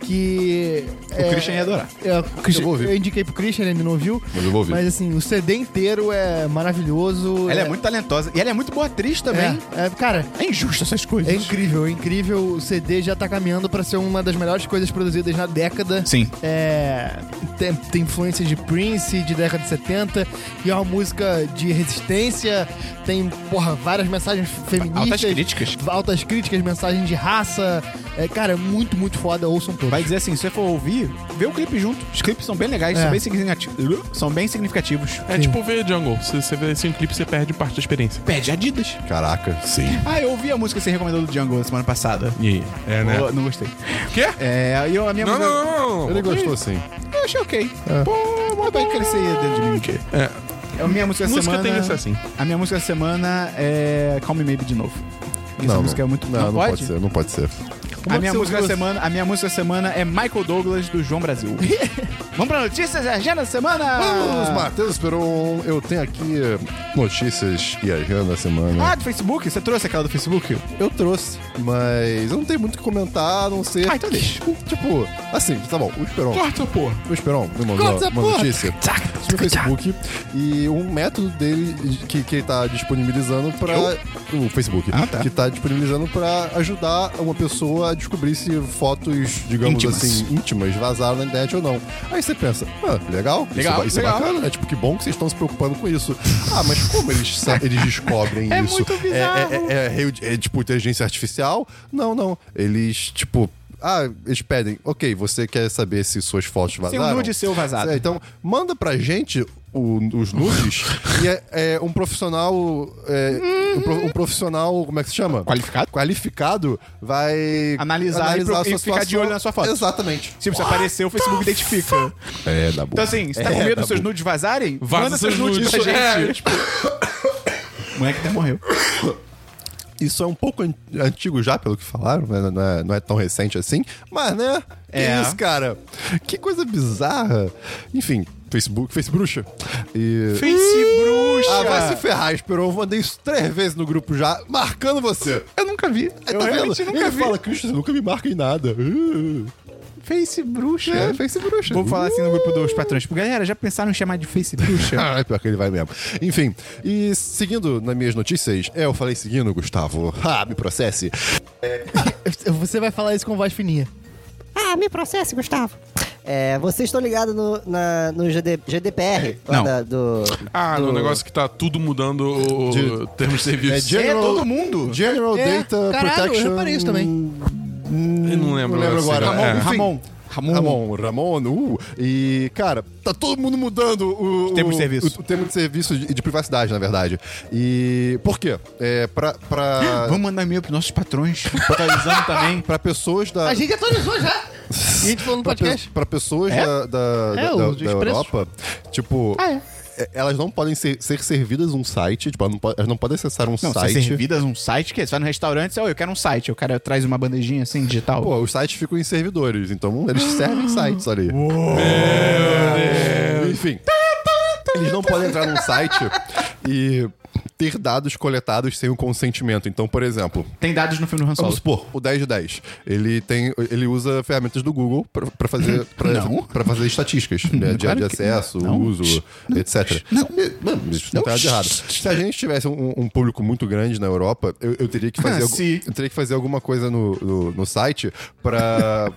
Speaker 4: Que.
Speaker 1: O Christian ia adorar.
Speaker 4: É, o Christian-
Speaker 2: Eu vou
Speaker 4: eu,
Speaker 2: ouvir.
Speaker 4: indiquei pro Christian, ele não ouviu.
Speaker 2: Mas eu vou ouvir.
Speaker 4: Mas assim, o CD inteiro é maravilhoso.
Speaker 1: Ela é. muito talentosa. E ela é muito boa atriz também.
Speaker 4: é, é, cara,
Speaker 1: É, injusto essas coisas.
Speaker 4: é incrível, é incrível. O CD já tá caminhando pra ser uma das melhores coisas produzidas na década.
Speaker 1: Sim.
Speaker 4: É, tem, tem influência de Prince, de década de 70, e é uma música de resistência, tem, porra, várias mensagens feministas.
Speaker 1: Altas críticas.
Speaker 4: Altas críticas, mensagens de raça. É, cara, é muito, muito foda, ouçam todos.
Speaker 1: Vai dizer assim, se você for ouvir, vê o clipe junto. Os clipes são bem legais,
Speaker 4: É.
Speaker 1: são, bem significativos, são bem significativos.
Speaker 3: É tipo ver Jungle. Se você vê esse clipe, você perde parte da experiência.
Speaker 1: Pede Adidas.
Speaker 2: Caraca. Sim.
Speaker 1: Ah, eu ouvi a música que você recomendou do Django semana passada.
Speaker 3: E aí? É, né?
Speaker 1: Eu não gostei.
Speaker 3: Quê?
Speaker 1: É, e eu, a minha
Speaker 3: Não,
Speaker 1: música...
Speaker 3: não, não, não.
Speaker 2: Ele gostou, sim.
Speaker 1: Eu achei ok.
Speaker 4: É.
Speaker 1: Pô, mas vai crescer dentro de mim.
Speaker 3: É,
Speaker 1: A minha música da
Speaker 3: Música
Speaker 1: semana...
Speaker 3: tem que ser assim.
Speaker 1: A minha música da semana é Calm Me Maybe de novo. Essa
Speaker 2: não,
Speaker 1: música
Speaker 2: não.
Speaker 1: é muito...
Speaker 2: Não, não pode? ser, não pode ser.
Speaker 1: A
Speaker 4: que
Speaker 1: minha,
Speaker 4: você
Speaker 1: música da
Speaker 4: ouviu?
Speaker 1: semana, a minha música da semana é Michael Douglas do João Brasil. Vamos pra notícias e agenda da semana!
Speaker 2: Vamos, Matheus Peron. Eu tenho aqui eh, notícias e agenda da semana.
Speaker 1: Ah, do Facebook? Você trouxe aquela do Facebook?
Speaker 2: Ah, Eu trouxe, mas eu não tenho muito o que comentar, a não ser.
Speaker 1: Ah, então deixa.
Speaker 2: Tipo, assim, tá bom, o Esperon.
Speaker 3: Corta, porra.
Speaker 2: O Esperon me mandou
Speaker 4: Corta
Speaker 2: uma
Speaker 4: essa porra.
Speaker 2: notícia no Facebook e um método dele que, que ele tá disponibilizando pra. O Facebook.
Speaker 1: Ah, tá.
Speaker 2: Que tá disponibilizando pra ajudar uma pessoa a descobrir se fotos, digamos
Speaker 1: Íntimas.
Speaker 2: assim, íntimas vazaram na internet ou não. Aí você pensa, ah, legal,
Speaker 1: Legal,
Speaker 2: isso, é, ba- isso é
Speaker 1: legal.
Speaker 2: bacana, né? Tipo, que bom que vocês estão se preocupando com isso. Ah, mas como eles, sa- eles descobrem
Speaker 1: É
Speaker 2: isso?
Speaker 1: muito bizarro.
Speaker 2: é, é, é, reu- é, tipo inteligência artificial? Não, não. Eles, tipo. Ah, eles pedem, ok, você quer saber se suas fotos
Speaker 1: Tem um
Speaker 2: vazaram?
Speaker 1: nude seu vazado.
Speaker 2: É, então, manda pra gente o- os nudes e é, é um profissional. é, um, pro- um profissional, como é que se chama?
Speaker 1: Qualificado?
Speaker 2: Qualificado vai
Speaker 1: Analisar e pro- e ficar de olho na sua foto.
Speaker 2: Exatamente.
Speaker 1: Tipo, Se você aparecer, o Facebook identifica.
Speaker 2: É, da boa.
Speaker 1: Então assim, você tá com medo dos seus nudes vazarem?
Speaker 3: Vaza
Speaker 1: manda seus
Speaker 3: seus
Speaker 1: nudes, pra
Speaker 3: nudes.
Speaker 1: gente.
Speaker 3: É,
Speaker 1: tipo... O moleque até morreu.
Speaker 2: Isso é um pouco an- antigo já, pelo que falaram, né? não, é, não é tão recente assim, mas né? Que
Speaker 1: É.
Speaker 2: isso, cara? Que coisa bizarra. Enfim, Facebook, fez bruxa. E.
Speaker 1: Face bruxa.
Speaker 2: Ah, vai se ferrar, Esperon. Eu mandei isso três vezes no grupo já, marcando você.
Speaker 1: Eu nunca vi.
Speaker 2: Aí,
Speaker 1: eu
Speaker 2: tá vendo?
Speaker 1: realmente nunca
Speaker 2: Ele
Speaker 1: vi.
Speaker 2: fala, Christian, você nunca me marca em nada. Uh.
Speaker 1: Face bruxa.
Speaker 2: É, fez bruxa.
Speaker 1: Vou falar assim no grupo dos patrões. Tipo, galera, já pensaram em chamar de face bruxa?
Speaker 2: Ah, é pior que ele vai mesmo. Enfim, e seguindo nas minhas notícias, é, eu falei seguindo, Gustavo. Ah, me processe.
Speaker 4: Você vai falar isso com voz fininha.
Speaker 7: Ah, me processe, Gustavo. É, vocês estão ligados no, na- no GD, GDPR? lá
Speaker 1: Não.
Speaker 7: da- do,
Speaker 3: Ah,
Speaker 7: do-
Speaker 3: no negócio que tá tudo mudando o
Speaker 2: De-
Speaker 3: termo de serviço.
Speaker 2: É, de-
Speaker 1: é todo mundo.
Speaker 2: General
Speaker 4: É,
Speaker 2: Data
Speaker 4: caralho, eu
Speaker 2: Protection.
Speaker 4: reparei isso também.
Speaker 3: Eu não lembro,
Speaker 2: Não lembro
Speaker 3: assim,
Speaker 2: agora.
Speaker 3: Ramon,
Speaker 2: É.
Speaker 3: Ramon.
Speaker 1: Ramon. Ramon.
Speaker 2: Ramon, Ramon, uh, e cara, tá todo mundo mudando o,
Speaker 1: Tempo de
Speaker 2: o-
Speaker 1: serviço.
Speaker 2: O, o tempo de serviço e de, privacidade, na verdade. E por quê? É, pra, pra,
Speaker 1: Vamos mandar e-mail pros nossos patrões. Atualizando também.
Speaker 2: pra pessoas da.
Speaker 4: A gente atualizou já. E a gente falou no
Speaker 2: pra,
Speaker 4: podcast.
Speaker 2: pe- pra pessoas
Speaker 4: É?
Speaker 2: da, da,
Speaker 4: É,
Speaker 2: da-
Speaker 4: o
Speaker 2: da-
Speaker 4: dos
Speaker 2: da
Speaker 4: preços.
Speaker 2: Europa, tipo.
Speaker 4: Ah, é.
Speaker 2: é, Elas não podem ser, ser servidas um site, tipo, elas não, po- elas não podem acessar um
Speaker 1: Não, você é
Speaker 2: site.
Speaker 1: servidas um site, que é? Você vai no restaurante e diz, "Ó, eu quero um site. O cara traz uma bandejinha assim, digital.
Speaker 2: Pô, os sites ficam em servidores, então eles servem sites ali. Enfim. Eles não podem entrar num site e ter dados coletados sem o consentimento. Então, por exemplo,
Speaker 1: Tem dados no filme do Han Solo.
Speaker 2: vamos supor, o 10 de 10. Ele, tem, ele usa ferramentas do Google pra- pra fazer, pra,
Speaker 1: Não.
Speaker 2: pra fazer estatísticas né, de,
Speaker 1: Claro
Speaker 2: de
Speaker 1: que-
Speaker 2: acesso,
Speaker 1: não.
Speaker 2: uso, etc.
Speaker 1: Não.
Speaker 2: Mano, isso não tem
Speaker 1: um
Speaker 2: nada de errado. Se a gente tivesse um, um público muito grande na Europa, eu, eu teria que fazer,
Speaker 1: Ah,
Speaker 2: algu-
Speaker 1: sim.
Speaker 2: eu teria que fazer alguma coisa no, no, no site pra,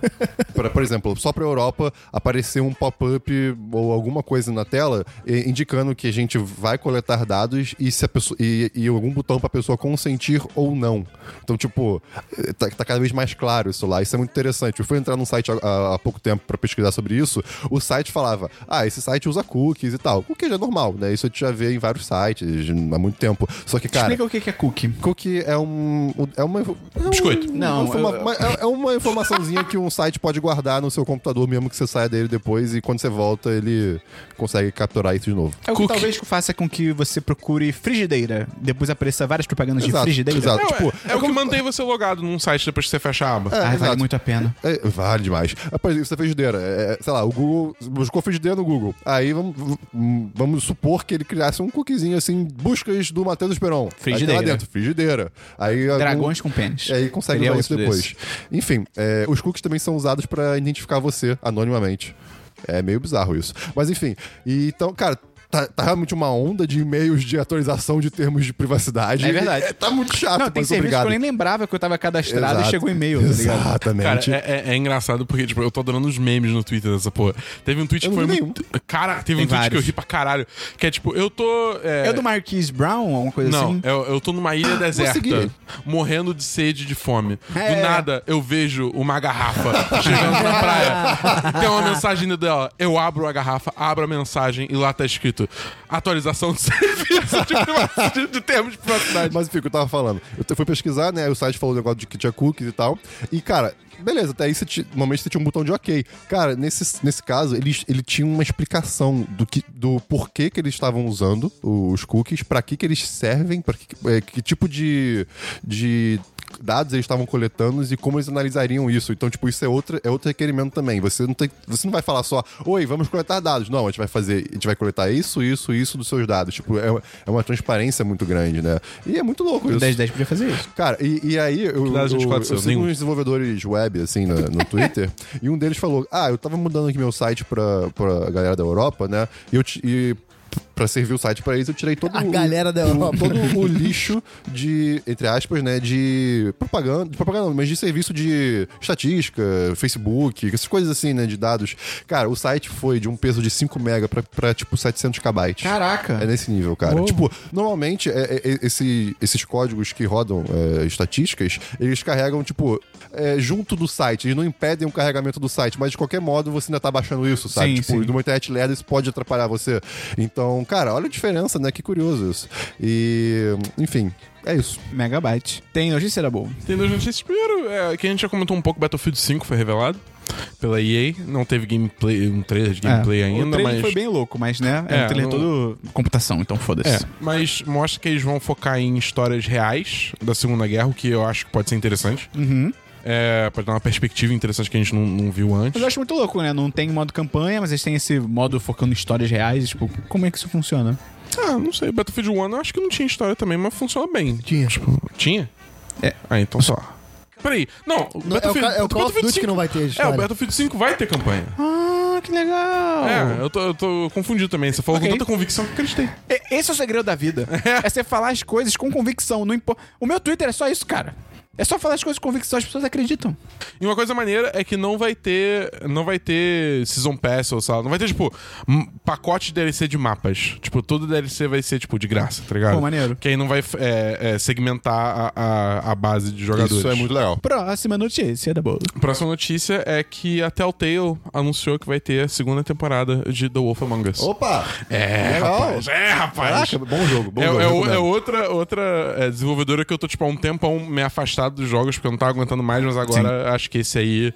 Speaker 2: pra, por exemplo, só pra Europa aparecer um pop-up ou alguma coisa na tela eh, indicando que a gente vai coletar dados e, se a pessoa, e, e algum botão pra pessoa consentir ou não. Então, tipo, eh, tá, tá cada vez mais claro isso lá. Isso é muito interessante. Eu fui entrar num site há- há, há pouco tempo pra pesquisar sobre isso. O site falava, ah, esse site usa cookies e tal. O que já é normal, né? Isso a gente já vê em vários sites há muito tempo. Só que, cara...
Speaker 1: Explica o que que é cookie.
Speaker 2: Cookie é um. É uma. É um-
Speaker 3: Biscoito.
Speaker 1: Não,
Speaker 2: uma informa-
Speaker 1: eu-
Speaker 2: mas é- é uma informaçãozinha que um site pode guardar no seu computador mesmo que você saia dele depois e quando você volta ele consegue capturar isso de novo.
Speaker 1: É o que
Speaker 3: Cookie.
Speaker 1: talvez que faça com que você procure frigideira. Depois apareça várias propagandas de
Speaker 2: Exato,
Speaker 1: frigideira.
Speaker 2: exato.
Speaker 3: É, ué,
Speaker 2: Tipo,
Speaker 3: é, o que mantém você logado num site depois que você fecha a aba.
Speaker 2: É,
Speaker 1: Ah, vale
Speaker 2: exato.
Speaker 1: muito a pena.
Speaker 2: É, vale demais. Ah, Por exemplo, você fez frigideira. É, sei lá, o Google buscou frigideira no Google. Aí vamos, v- vamos supor que ele criasse um cookiezinho assim, buscas do Matheus Esperon. Aí,
Speaker 1: Frigideira.
Speaker 2: tem lá dentro, frigideira. Aí, algum-
Speaker 1: Dragões com pênis.
Speaker 2: É, E aí consegue
Speaker 1: Seria
Speaker 2: usar isso
Speaker 1: outro
Speaker 2: depois.
Speaker 1: desse.
Speaker 2: Enfim, é, os cookies também são usados pra identificar você anonimamente. É meio bizarro isso. Mas enfim, e então, cara. Tá, tá realmente uma onda de e-mails de atualização de termos de privacidade.
Speaker 1: É verdade.
Speaker 2: E, é, tá muito chato,
Speaker 1: Não, tem
Speaker 2: mas
Speaker 1: serviço
Speaker 2: obrigado.
Speaker 1: que eu nem lembrava que eu tava cadastrado
Speaker 2: Exato.
Speaker 1: e chegou um e-mail, tá ligado?
Speaker 3: Cara,
Speaker 2: Exatamente.
Speaker 3: é, é- é engraçado porque, tipo, eu tô adorando os memes no Twitter dessa porra. Teve um tweet
Speaker 2: Eu
Speaker 3: que
Speaker 2: não
Speaker 3: foi
Speaker 2: vi
Speaker 3: muito. Cara, teve um tweet
Speaker 1: vários.
Speaker 3: que eu ri pra caralho. Que é tipo, eu tô. É,
Speaker 1: É o do Marquise Brown, alguma coisa
Speaker 3: Não, é
Speaker 1: assim?
Speaker 3: eu, eu tô numa ilha
Speaker 2: consegui.
Speaker 3: deserta, morrendo de sede e de fome.
Speaker 1: É.
Speaker 3: Do nada, eu vejo uma garrafa chegando na praia. Tem uma mensagem dela. Eu abro a garrafa, abro a mensagem e lá tá escrito atualização de serviço de, privacidade, de termos de privacidade.
Speaker 2: Mas enfim, o que eu tava falando. Eu te- fui pesquisar, né? O site falou um negócio de que tinha cookies e tal. E, cara, beleza, até aí você ti- normalmente você tinha um botão de ok. Cara, nesse, nesse caso, ele, ele tinha uma explicação do, que, do porquê que eles estavam usando os cookies, pra que, que eles servem, pra que, é, que tipo de. de dados eles estavam coletando e como eles analisariam isso. Então, tipo, isso é, outra, é outro requerimento também. Você não, tem, você não vai falar só, oi, vamos coletar dados. Não, a gente vai fazer, a gente vai coletar isso, isso, isso dos seus dados. Tipo, é, uma- é uma transparência muito grande, né? E é muito louco
Speaker 1: O
Speaker 2: isso.
Speaker 1: 1010 podia fazer isso.
Speaker 2: Cara, e, e aí eu,
Speaker 3: dados
Speaker 2: eu,
Speaker 3: a gente
Speaker 2: eu
Speaker 3: quatro seus?
Speaker 2: sigo
Speaker 3: Nenhum.
Speaker 2: uns desenvolvedores web, assim, no, no Twitter, e um deles falou, ah, eu tava mudando aqui meu site pra, pra galera da Europa, né? E eu... ti- E, Pra servir o site pra eles, eu tirei todo
Speaker 4: A
Speaker 2: o-
Speaker 4: galera da
Speaker 2: o-
Speaker 4: Europa.
Speaker 2: todo o lixo de, entre aspas, né, de propaganda, de propaganda, não, mas de serviço de estatística, Facebook, essas coisas assim, né, de dados. Cara, o site foi de um peso de 5 mega pra, pra tipo 700 KB.
Speaker 1: Caraca.
Speaker 2: É nesse nível, cara.
Speaker 1: Uou.
Speaker 2: Tipo, normalmente é- é- esse- esses códigos que rodam é, estatísticas, eles carregam, tipo, é, junto do site. Eles não impedem o carregamento do site, mas de qualquer modo você ainda tá baixando isso, sabe?
Speaker 1: Sim,
Speaker 2: tipo,
Speaker 1: sim.
Speaker 2: numa internet lerda isso pode atrapalhar você. Então, cara, olha a diferença, né? Que curioso isso. E, enfim, é isso.
Speaker 1: Megabyte. Tem notícia da boa.
Speaker 3: Tem duas notícias. Primeiro, é, que a gente já comentou um pouco, Battlefield 5 foi revelado pela EA. Não teve gameplay, um trailer de gameplay
Speaker 1: É. o
Speaker 3: ainda,
Speaker 1: trailer
Speaker 3: mas...
Speaker 1: foi bem louco, mas né? É,
Speaker 3: É,
Speaker 1: um trailer
Speaker 3: não-
Speaker 1: todo computação, então
Speaker 3: É,
Speaker 1: foda-se.
Speaker 3: mas
Speaker 4: Uhum.
Speaker 3: mostra que eles vão focar em histórias reais da Segunda Guerra, o que eu acho que pode ser interessante. É, pra dar uma perspectiva interessante que a gente não, não viu antes.
Speaker 1: Mas eu acho muito louco, né? Não tem modo campanha, mas eles têm esse modo focando em histórias reais. Tipo, como é que isso funciona?
Speaker 3: Ah, não sei. Battlefield 1 eu acho que não tinha história também, mas funciona bem. Tipo,
Speaker 4: Tinha.
Speaker 3: Tinha?
Speaker 1: É.
Speaker 3: Ah, então só. Peraí. Não, o
Speaker 4: é o
Speaker 3: Battlefield,
Speaker 4: ca- é o Call of
Speaker 3: Battlefield
Speaker 4: Duty que não vai ter
Speaker 3: É,
Speaker 4: história.
Speaker 3: o Battlefield 5 vai ter campanha.
Speaker 1: Ah, que legal!
Speaker 3: É, eu tô, eu tô confundido também. Você falou
Speaker 1: Ok.
Speaker 3: com tanta convicção que eu acreditei.
Speaker 1: E- Esse é o segredo da vida. é você falar as coisas com convicção. Não impo... O meu Twitter é só isso, cara. É só falar as coisas com convicção, as pessoas acreditam.
Speaker 3: E uma coisa maneira é que não vai ter. Não vai ter Season Pass ou sei lá. Não vai ter, tipo, um pacote de DLC de mapas. Tipo, todo DLC vai ser, tipo, de graça, tá ligado?
Speaker 1: Pô, maneiro.
Speaker 3: Que aí não vai é, é, segmentar a, a, a base de jogadores.
Speaker 2: Isso é muito legal.
Speaker 1: Próxima notícia é da boa.
Speaker 3: Próxima notícia é que a Telltale anunciou que vai ter a segunda temporada de The Wolf Among Us.
Speaker 2: Opa!
Speaker 3: É,
Speaker 2: Legal.
Speaker 3: rapaz. É, rapaz.
Speaker 2: Caraca, bom jogo, bom
Speaker 3: É,
Speaker 2: jogo.
Speaker 3: é o-
Speaker 2: recomendo.
Speaker 3: é outra, outra é, desenvolvedora que eu tô, tipo, há um tempão me afastado dos jogos, porque eu não tava aguentando mais, mas agora acho que esse aí.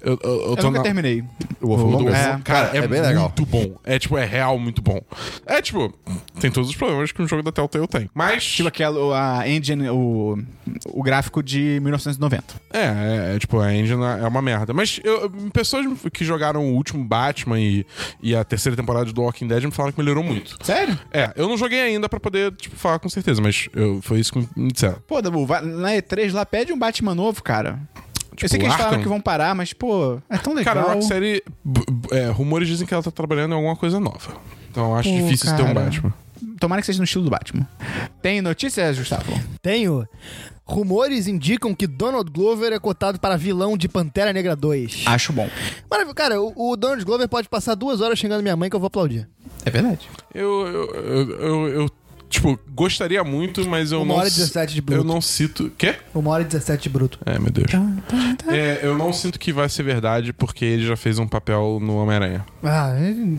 Speaker 3: Eu, eu- eu
Speaker 1: Eu
Speaker 3: tô
Speaker 1: nunca
Speaker 3: na-
Speaker 1: terminei.
Speaker 2: O Wolf Among Us.
Speaker 1: É.
Speaker 3: Cara, é,
Speaker 2: é bem
Speaker 3: muito
Speaker 2: legal.
Speaker 3: bom. É, tipo, é real muito bom. É, tipo, tem todos os problemas que um jogo da Telltale tem. Mas,
Speaker 1: Tipo aquela, a engine, o, o gráfico de 1990.
Speaker 3: é, é, é, tipo, a engine é uma merda. Mas eu- eu- pessoas que jogaram o último Batman e, e a terceira temporada do Walking Dead me falaram que melhorou muito.
Speaker 1: Sério?
Speaker 3: É, eu não joguei ainda pra poder, tipo, falar com certeza, mas eu- foi isso que me disseram.
Speaker 1: Pô, Dabu, vai- na E3 lá pede um Batman novo, cara. eu sei que eles falaram
Speaker 3: Arkham?
Speaker 1: que vão parar, mas, pô, é tão legal.
Speaker 3: Cara, a Rocksteady, b- b- é, rumores dizem que ela tá trabalhando em alguma coisa nova. Então eu acho
Speaker 1: Pô,
Speaker 3: difícil ter um
Speaker 1: cara.
Speaker 3: Batman.
Speaker 1: Tomara que seja no estilo do Batman. Tem notícias, Gustavo?
Speaker 4: Tenho. Rumores indicam que Donald Glover é cotado para vilão de Pantera Negra 2.
Speaker 1: Acho bom.
Speaker 4: Maravilha, cara, o, o Donald Glover pode passar duas horas xingando minha mãe que eu vou aplaudir.
Speaker 1: É verdade.
Speaker 3: Eu, eu, eu, eu- eu, tipo, gostaria muito, mas eu
Speaker 4: Uma
Speaker 3: não.
Speaker 4: hora e
Speaker 3: ci-
Speaker 4: 17 de bruto.
Speaker 3: Eu não cito. Quê?
Speaker 4: Uma hora e 17 de bruto.
Speaker 3: É, meu
Speaker 1: Tá,
Speaker 3: Deus. É, eu não sinto que vai ser verdade, porque ele já fez um papel no Homem-Aranha.
Speaker 4: Ah,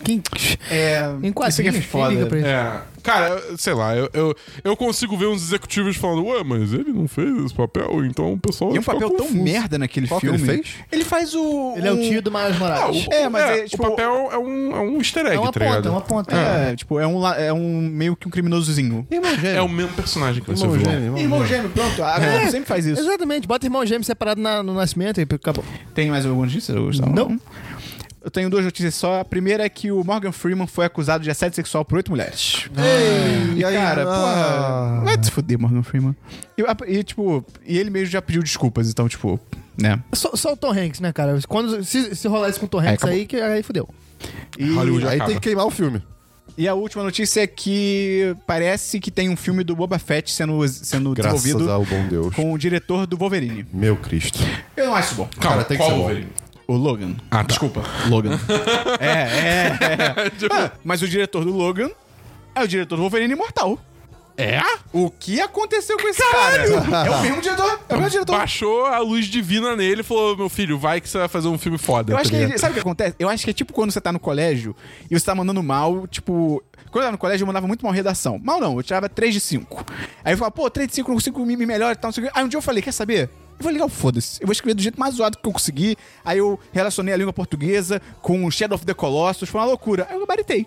Speaker 4: quem.
Speaker 1: É.
Speaker 4: Em
Speaker 1: isso aqui é
Speaker 4: quadrinhos,
Speaker 1: foda.
Speaker 4: quem liga pra isso?
Speaker 3: É. Cara, eu- sei lá, eu, eu, eu consigo ver uns executivos falando, ué, mas ele não fez esse papel, então o pessoal.
Speaker 1: E
Speaker 3: vai
Speaker 1: um
Speaker 3: ficar
Speaker 1: papel tão
Speaker 3: confuso."
Speaker 1: merda naquele
Speaker 2: Qual que
Speaker 1: filme.
Speaker 2: ele fez?
Speaker 1: Ele faz o.
Speaker 4: Ele é o
Speaker 1: um-
Speaker 4: tio do Miles
Speaker 3: Ah,
Speaker 4: Morales.
Speaker 3: o,
Speaker 1: É, mas é, tipo-
Speaker 3: o papel é um, é um easter egg,
Speaker 4: é uma
Speaker 3: tá
Speaker 4: ponta,
Speaker 3: ligado?
Speaker 4: é uma ponta.
Speaker 1: É, tipo, é um, la- é um meio que um criminosozinho.
Speaker 2: Irmão
Speaker 3: É né? o
Speaker 2: gêmeo.
Speaker 3: mesmo personagem que vai ser o
Speaker 2: Irmão
Speaker 3: vilão.
Speaker 2: gêmeo. irmão
Speaker 1: Irmão gêmeo, pronto. A Globo sempre faz isso.
Speaker 4: Exatamente, bota irmão gêmeo separado na- no nascimento e acabou.
Speaker 1: Tem mais alguma notícia, Gustavo?
Speaker 4: Não.
Speaker 1: Eu tenho duas notícias só. A primeira é que o Morgan Freeman foi acusado de assédio sexual por oito mulheres.
Speaker 2: Ei,
Speaker 1: E,
Speaker 2: aí,
Speaker 1: cara,
Speaker 2: ah.
Speaker 1: porra. Vai te fuder, Morgan Freeman. E, e, tipo, e ele mesmo já pediu desculpas, então, tipo, né?
Speaker 4: Só, só o Tom Hanks, né, cara? Quando, se, se rolar isso com o Tom Hanks
Speaker 1: acabou.
Speaker 4: aí, que, aí fudeu.
Speaker 1: E,
Speaker 3: Hollywood
Speaker 2: Aí
Speaker 3: acaba.
Speaker 2: tem que queimar o filme.
Speaker 1: e a última notícia é que parece que tem um filme do Boba Fett sendo, sendo
Speaker 2: Graças
Speaker 1: desenvolvido
Speaker 2: ao bom Deus.
Speaker 1: com o diretor do Wolverine.
Speaker 2: Meu Cristo.
Speaker 1: Eu não acho isso bom.
Speaker 3: Calma,
Speaker 2: Cara, tem que
Speaker 3: qual
Speaker 2: ser bom.
Speaker 3: Wolverine?
Speaker 1: O Logan.
Speaker 3: Ah, tá.
Speaker 1: Desculpa, Logan. é, é, é. Ah, mas o diretor do Logan é o diretor do Wolverine Imortal.
Speaker 3: É?
Speaker 1: O que aconteceu com esse cara? É o mesmo diretor. É o mesmo diretor.
Speaker 3: Baixou a luz divina nele e falou: meu filho, vai que você vai fazer um filme foda.
Speaker 1: Eu
Speaker 3: tá
Speaker 1: acho que ele,
Speaker 3: ligado?
Speaker 1: sabe o que acontece? Eu acho que é tipo quando você tá no colégio e você tá mandando mal, tipo. Quando eu tava no colégio, eu mandava muito mal redação. Mal não, eu tirava 3 de 5. Aí eu falava, pô, 3 de 5, não consigo me me melhor e tal, não sei o quê. Aí um dia eu falei, quer saber? Eu vou ligar o foda-se. Eu vou escrever do jeito mais zoado que eu conseguir. Aí eu relacionei a língua portuguesa com o Shadow of the Colossus, foi uma loucura. Aí eu gabaritei.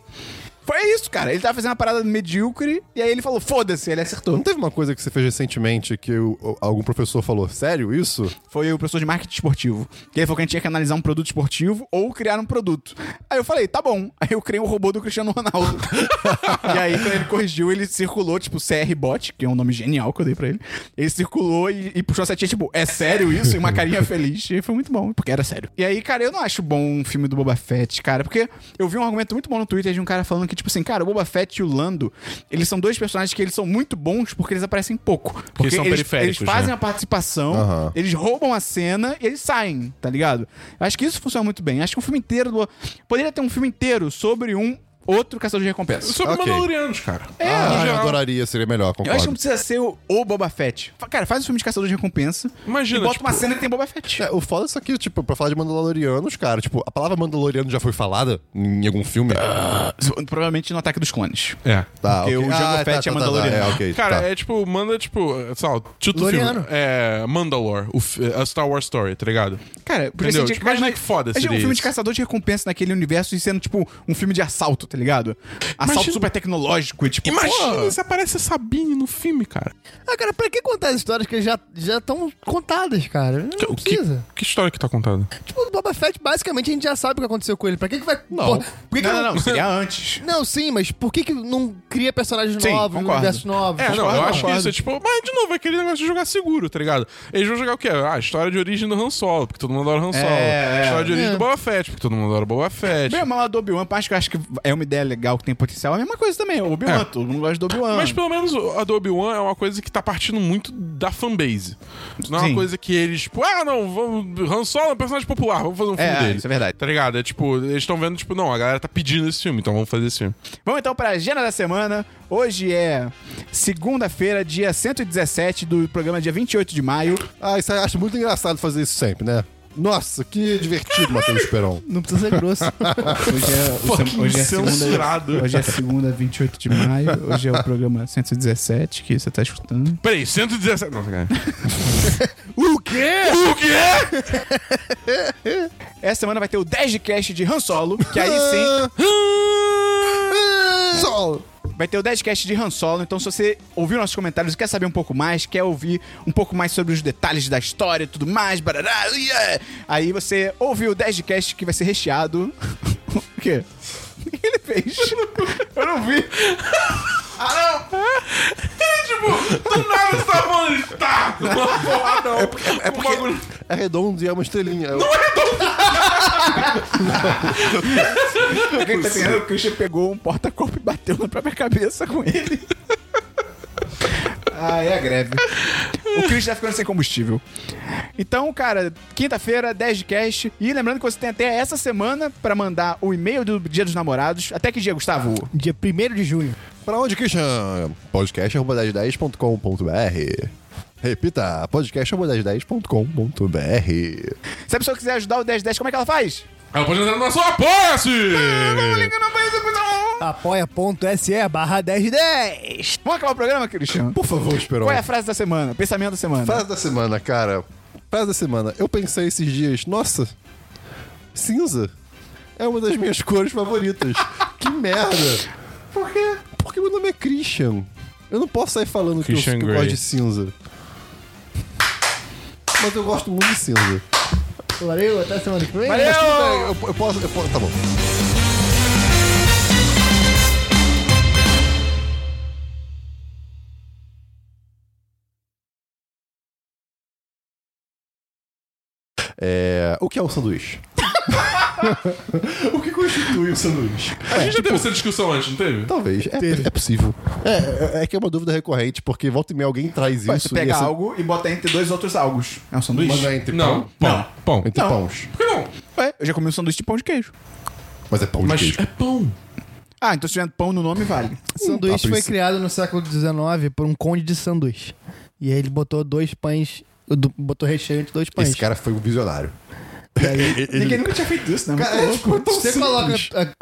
Speaker 1: Foi isso, cara. Ele tava fazendo uma parada medíocre e aí ele falou, foda-se, ele
Speaker 2: Não
Speaker 1: acertou.
Speaker 2: teve uma coisa que você fez recentemente que o- o- algum professor falou, sério isso?
Speaker 1: Foi o professor de marketing esportivo. Que ele falou que a gente tinha que analisar um produto esportivo ou criar um produto. Aí eu falei, tá bom. Aí eu criei o robô do Cristiano Ronaldo. e aí, quando ele corrigiu, ele circulou, tipo, CR Bot, que é um nome genial que eu dei pra ele. Ele circulou e, e puxou a setinha, tipo, é sério isso? E uma carinha feliz. E foi muito bom, porque era sério. E aí, cara, eu não acho bom um filme do Boba Fett, cara, porque eu vi um argumento muito bom no Twitter de um cara falando que, tipo assim, cara, o Boba Fett e o Lando, eles são dois personagens que eles são muito bons porque eles aparecem pouco. Porque,
Speaker 3: são
Speaker 1: eles,
Speaker 3: periféricos,
Speaker 1: Eles fazem
Speaker 3: né?
Speaker 1: a participação,
Speaker 2: Aham.
Speaker 1: eles roubam a cena e eles saem, tá ligado? Eu Acho que isso funciona muito bem. Acho que um filme inteiro. do- Poderia ter um filme inteiro sobre um outro caçador de recompensas.
Speaker 3: Sobre
Speaker 2: Ok.
Speaker 3: Mandalorianos, cara. É,
Speaker 2: Ah, eu adoraria, seria melhor,
Speaker 1: Eu acho que não
Speaker 2: concordo.
Speaker 1: precisa ser o, o Boba Fett. Fa- Cara, faz um filme de caçador de recompensa.
Speaker 3: Imagina,
Speaker 1: E bota
Speaker 3: tipo-
Speaker 1: uma cena que tem Boba Fett.
Speaker 2: É, o foda é isso aqui, tipo, pra falar de Mandalorianos, cara, tipo, a palavra Mandaloriano já foi falada em algum filme?
Speaker 4: Ah.
Speaker 1: Provavelmente no Ataque dos Clones.
Speaker 3: É.
Speaker 2: Tá,
Speaker 1: Ah, Porque
Speaker 2: ok.
Speaker 1: o Jango
Speaker 2: Ah,
Speaker 1: Fett é Mandaloriano.
Speaker 2: é, ok,
Speaker 3: Cara,
Speaker 2: tá.
Speaker 3: é tipo, manda, tipo, sei lá, o título do
Speaker 4: Loriano.
Speaker 3: filme. É. Mandalore, o fi- a Star Wars Story, tá ligado?
Speaker 1: Cara,
Speaker 3: Entendeu?
Speaker 1: ser de-
Speaker 3: Tipo, imagina
Speaker 1: mas-
Speaker 3: que foda
Speaker 1: imagina
Speaker 3: seria
Speaker 1: um filme de
Speaker 3: isso.
Speaker 1: caçador de recompensa naquele universo e sendo, tipo, um filme de assalto, tá ligado? Assalto
Speaker 3: Imagina-
Speaker 1: super tecnológico e tipo.
Speaker 3: Imagina
Speaker 1: pô,
Speaker 3: se aparece a Sabine no filme, cara.
Speaker 4: Ah, cara, pra que contar as histórias que já estão contadas, cara? Não
Speaker 3: O que,
Speaker 4: precisa.
Speaker 3: que história que tá contada?
Speaker 4: Tipo, o Boba Fett, basicamente, a gente já sabe o que aconteceu com ele. Pra que que vai...
Speaker 2: Não.
Speaker 4: Por- por que que
Speaker 1: Não, não, não, seria antes.
Speaker 4: Não, sim, mas por que que não cria personagens
Speaker 1: Sim,
Speaker 4: novos,
Speaker 1: concordo.
Speaker 4: universos novos?
Speaker 3: É, não, eu acho que
Speaker 1: concordo.
Speaker 3: isso é tipo. Mas, de novo, é aquele negócio de jogar seguro, tá ligado? Eles vão jogar o quê? Ah, a história de origem do Han Solo, porque todo mundo adora Han Solo.
Speaker 1: é.
Speaker 3: História de origem
Speaker 4: É.
Speaker 3: do Boba Fett, porque todo mundo adora Boba Fett.
Speaker 1: Bem, mas lá do Obi-Wan, parte que eu acho que é uma ideia legal que tem potencial. É a mesma coisa também. O Obi-Wan,
Speaker 3: É.
Speaker 1: todo mundo gosta do Obi-Wan.
Speaker 3: Mas pelo menos a do Obi-Wan é uma coisa que tá partindo muito da fanbase. Não é
Speaker 1: Sim.
Speaker 3: uma coisa que eles, tipo, ah, não, vamos. Han Solo é um personagem popular, vamos fazer um filme
Speaker 1: É,
Speaker 3: dele.
Speaker 1: isso é verdade.
Speaker 3: Tá ligado? É tipo, eles estão vendo, tipo, não, a galera tá pedindo esse filme, então vamos fazer esse filme.
Speaker 1: Vamos então para a agenda da semana. Hoje é segunda-feira, dia 117 do programa, dia 28 de maio.
Speaker 2: Ah, isso eu acho muito engraçado fazer isso sempre, né? Nossa, que divertido, Matheus Peron.
Speaker 4: Não precisa ser grosso.
Speaker 1: Hoje é, o sem- hoje é
Speaker 3: censurado.
Speaker 1: segunda, hoje é segunda, 28 de maio. Hoje é o programa 117 que você tá escutando.
Speaker 3: Peraí, 117. Nossa, cara.
Speaker 4: o quê?
Speaker 3: tá o quê?
Speaker 1: Essa semana vai ter o 10 de cast de Han Solo, que aí sim
Speaker 2: Solo.
Speaker 1: vai ter o 10 de cast de Han Solo. Então se você ouviu nossos comentários e quer saber um pouco mais, quer ouvir um pouco mais sobre os detalhes da história e tudo mais, barará, yeah, aí você ouve o 10 de cast que vai ser recheado. o quê? O que ele fez? Eu não vi.
Speaker 3: Tipo, do nada você tá falando de tá! Uma porrada, não. É porque.
Speaker 2: É redondo e é uma estrelinha.
Speaker 1: Quem tá entendendo? O Christian pegou um porta-copo e bateu na própria cabeça com ele. Ah, é a greve. O Christian tá ficando sem combustível. Então, cara, quinta-feira, 10 de cast. E lembrando que você tem até essa semana pra mandar o e-mail do Dia dos Namorados. Até que dia, Gustavo?
Speaker 4: Dia 1 de junho.
Speaker 2: Pra onde, Christian? podcast.com.br Repita, podcast.com.br
Speaker 1: Se a pessoa quiser ajudar o 1010, como é que ela faz?
Speaker 3: Ela pode entrar no nosso apoia-se!
Speaker 1: Ah,
Speaker 4: apoia.se barra 1010.
Speaker 1: Vamos acabar o programa, Christian?
Speaker 2: Por favor, Esperon.
Speaker 1: Qual é a frase da semana? Pensamento da semana.
Speaker 2: Frase da semana, cara. Frase da semana. Eu pensei esses dias, nossa, cinza é uma das minhas cores favoritas. que merda. Por quê? Porque meu nome é Christian. Eu não posso sair falando que eu- que
Speaker 3: Christian
Speaker 2: eu,
Speaker 3: Grey.
Speaker 2: gosto de cinza. Mas eu gosto muito de cinza.
Speaker 4: Valeu, até semana que vem.
Speaker 2: Mas tudo bem, eu, eu posso, eu posso. Tá bom. É, o que é um sanduíche? o que constitui um sanduíche?
Speaker 3: A gente já teve essa discussão antes, não teve?
Speaker 2: Talvez. É, é possível. É, é- é que é uma dúvida recorrente, porque volta e meia alguém traz
Speaker 1: Vai,
Speaker 2: isso.
Speaker 1: tu pega
Speaker 2: e assim,
Speaker 1: algo e bota entre dois outros algos. É um sanduíche?
Speaker 2: Mas é entre
Speaker 3: Não.
Speaker 2: pão.
Speaker 3: Pão. Pão.
Speaker 2: Entre
Speaker 1: Não.
Speaker 2: pãos.
Speaker 3: Por que não?
Speaker 1: Ué, eu já comi um sanduíche de pão de queijo.
Speaker 2: Mas é pão de
Speaker 3: Mas
Speaker 2: queijo.
Speaker 3: é pão.
Speaker 1: Ah, então se tiver pão no nome, vale.
Speaker 4: Sanduíche
Speaker 2: Ah, por
Speaker 4: foi
Speaker 2: isso.
Speaker 4: criado no século XIX por um conde de sanduíche. E aí ele botou dois pães, do- botou recheio entre dois pães.
Speaker 2: Esse cara foi um visionário.
Speaker 1: Ninguém nunca tinha feito isso, né? Muito louco.
Speaker 4: Você coloca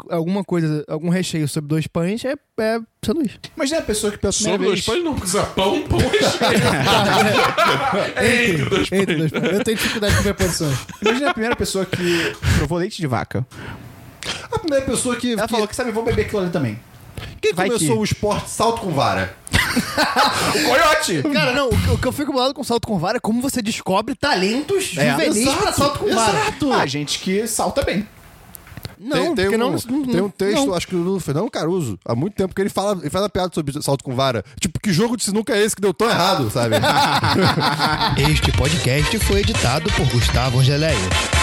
Speaker 4: a- alguma coisa, algum recheio sobre dois pães, é, é sanduíche.
Speaker 1: Imagina a pessoa que pela primeira
Speaker 3: Sobre dois
Speaker 1: vez...
Speaker 3: pães não, porque isso é pão, pão e cheio. É entre dois
Speaker 4: Entre
Speaker 3: pães.
Speaker 4: dois pães. Eu tenho dificuldade com preposições.
Speaker 1: Imagina a primeira pessoa que provou leite de vaca.
Speaker 2: A primeira pessoa que.
Speaker 1: Ela falou que sabe, vou beber aquilo ali também.
Speaker 2: Quem
Speaker 1: Vai
Speaker 2: começou
Speaker 1: que-
Speaker 2: o esporte salto com vara?
Speaker 1: Coiote!
Speaker 4: Cara, não, o que- o que eu fico bolado com salto com vara é como você descobre talentos
Speaker 1: É,
Speaker 4: juvenis
Speaker 1: exato,
Speaker 4: pra salto com vara.
Speaker 1: Ah, gente que salta bem.
Speaker 2: tem,
Speaker 4: Não,
Speaker 2: tem
Speaker 4: porque
Speaker 2: um,
Speaker 4: não,
Speaker 2: tem um texto,
Speaker 4: não.
Speaker 2: acho que do Fernando Caruso, há muito tempo, que ele fala, ele faz uma piada sobre salto com vara. Tipo, que jogo de sinuca é esse que deu tão errado, sabe?
Speaker 8: Este podcast foi editado por Gustavo Angeléia.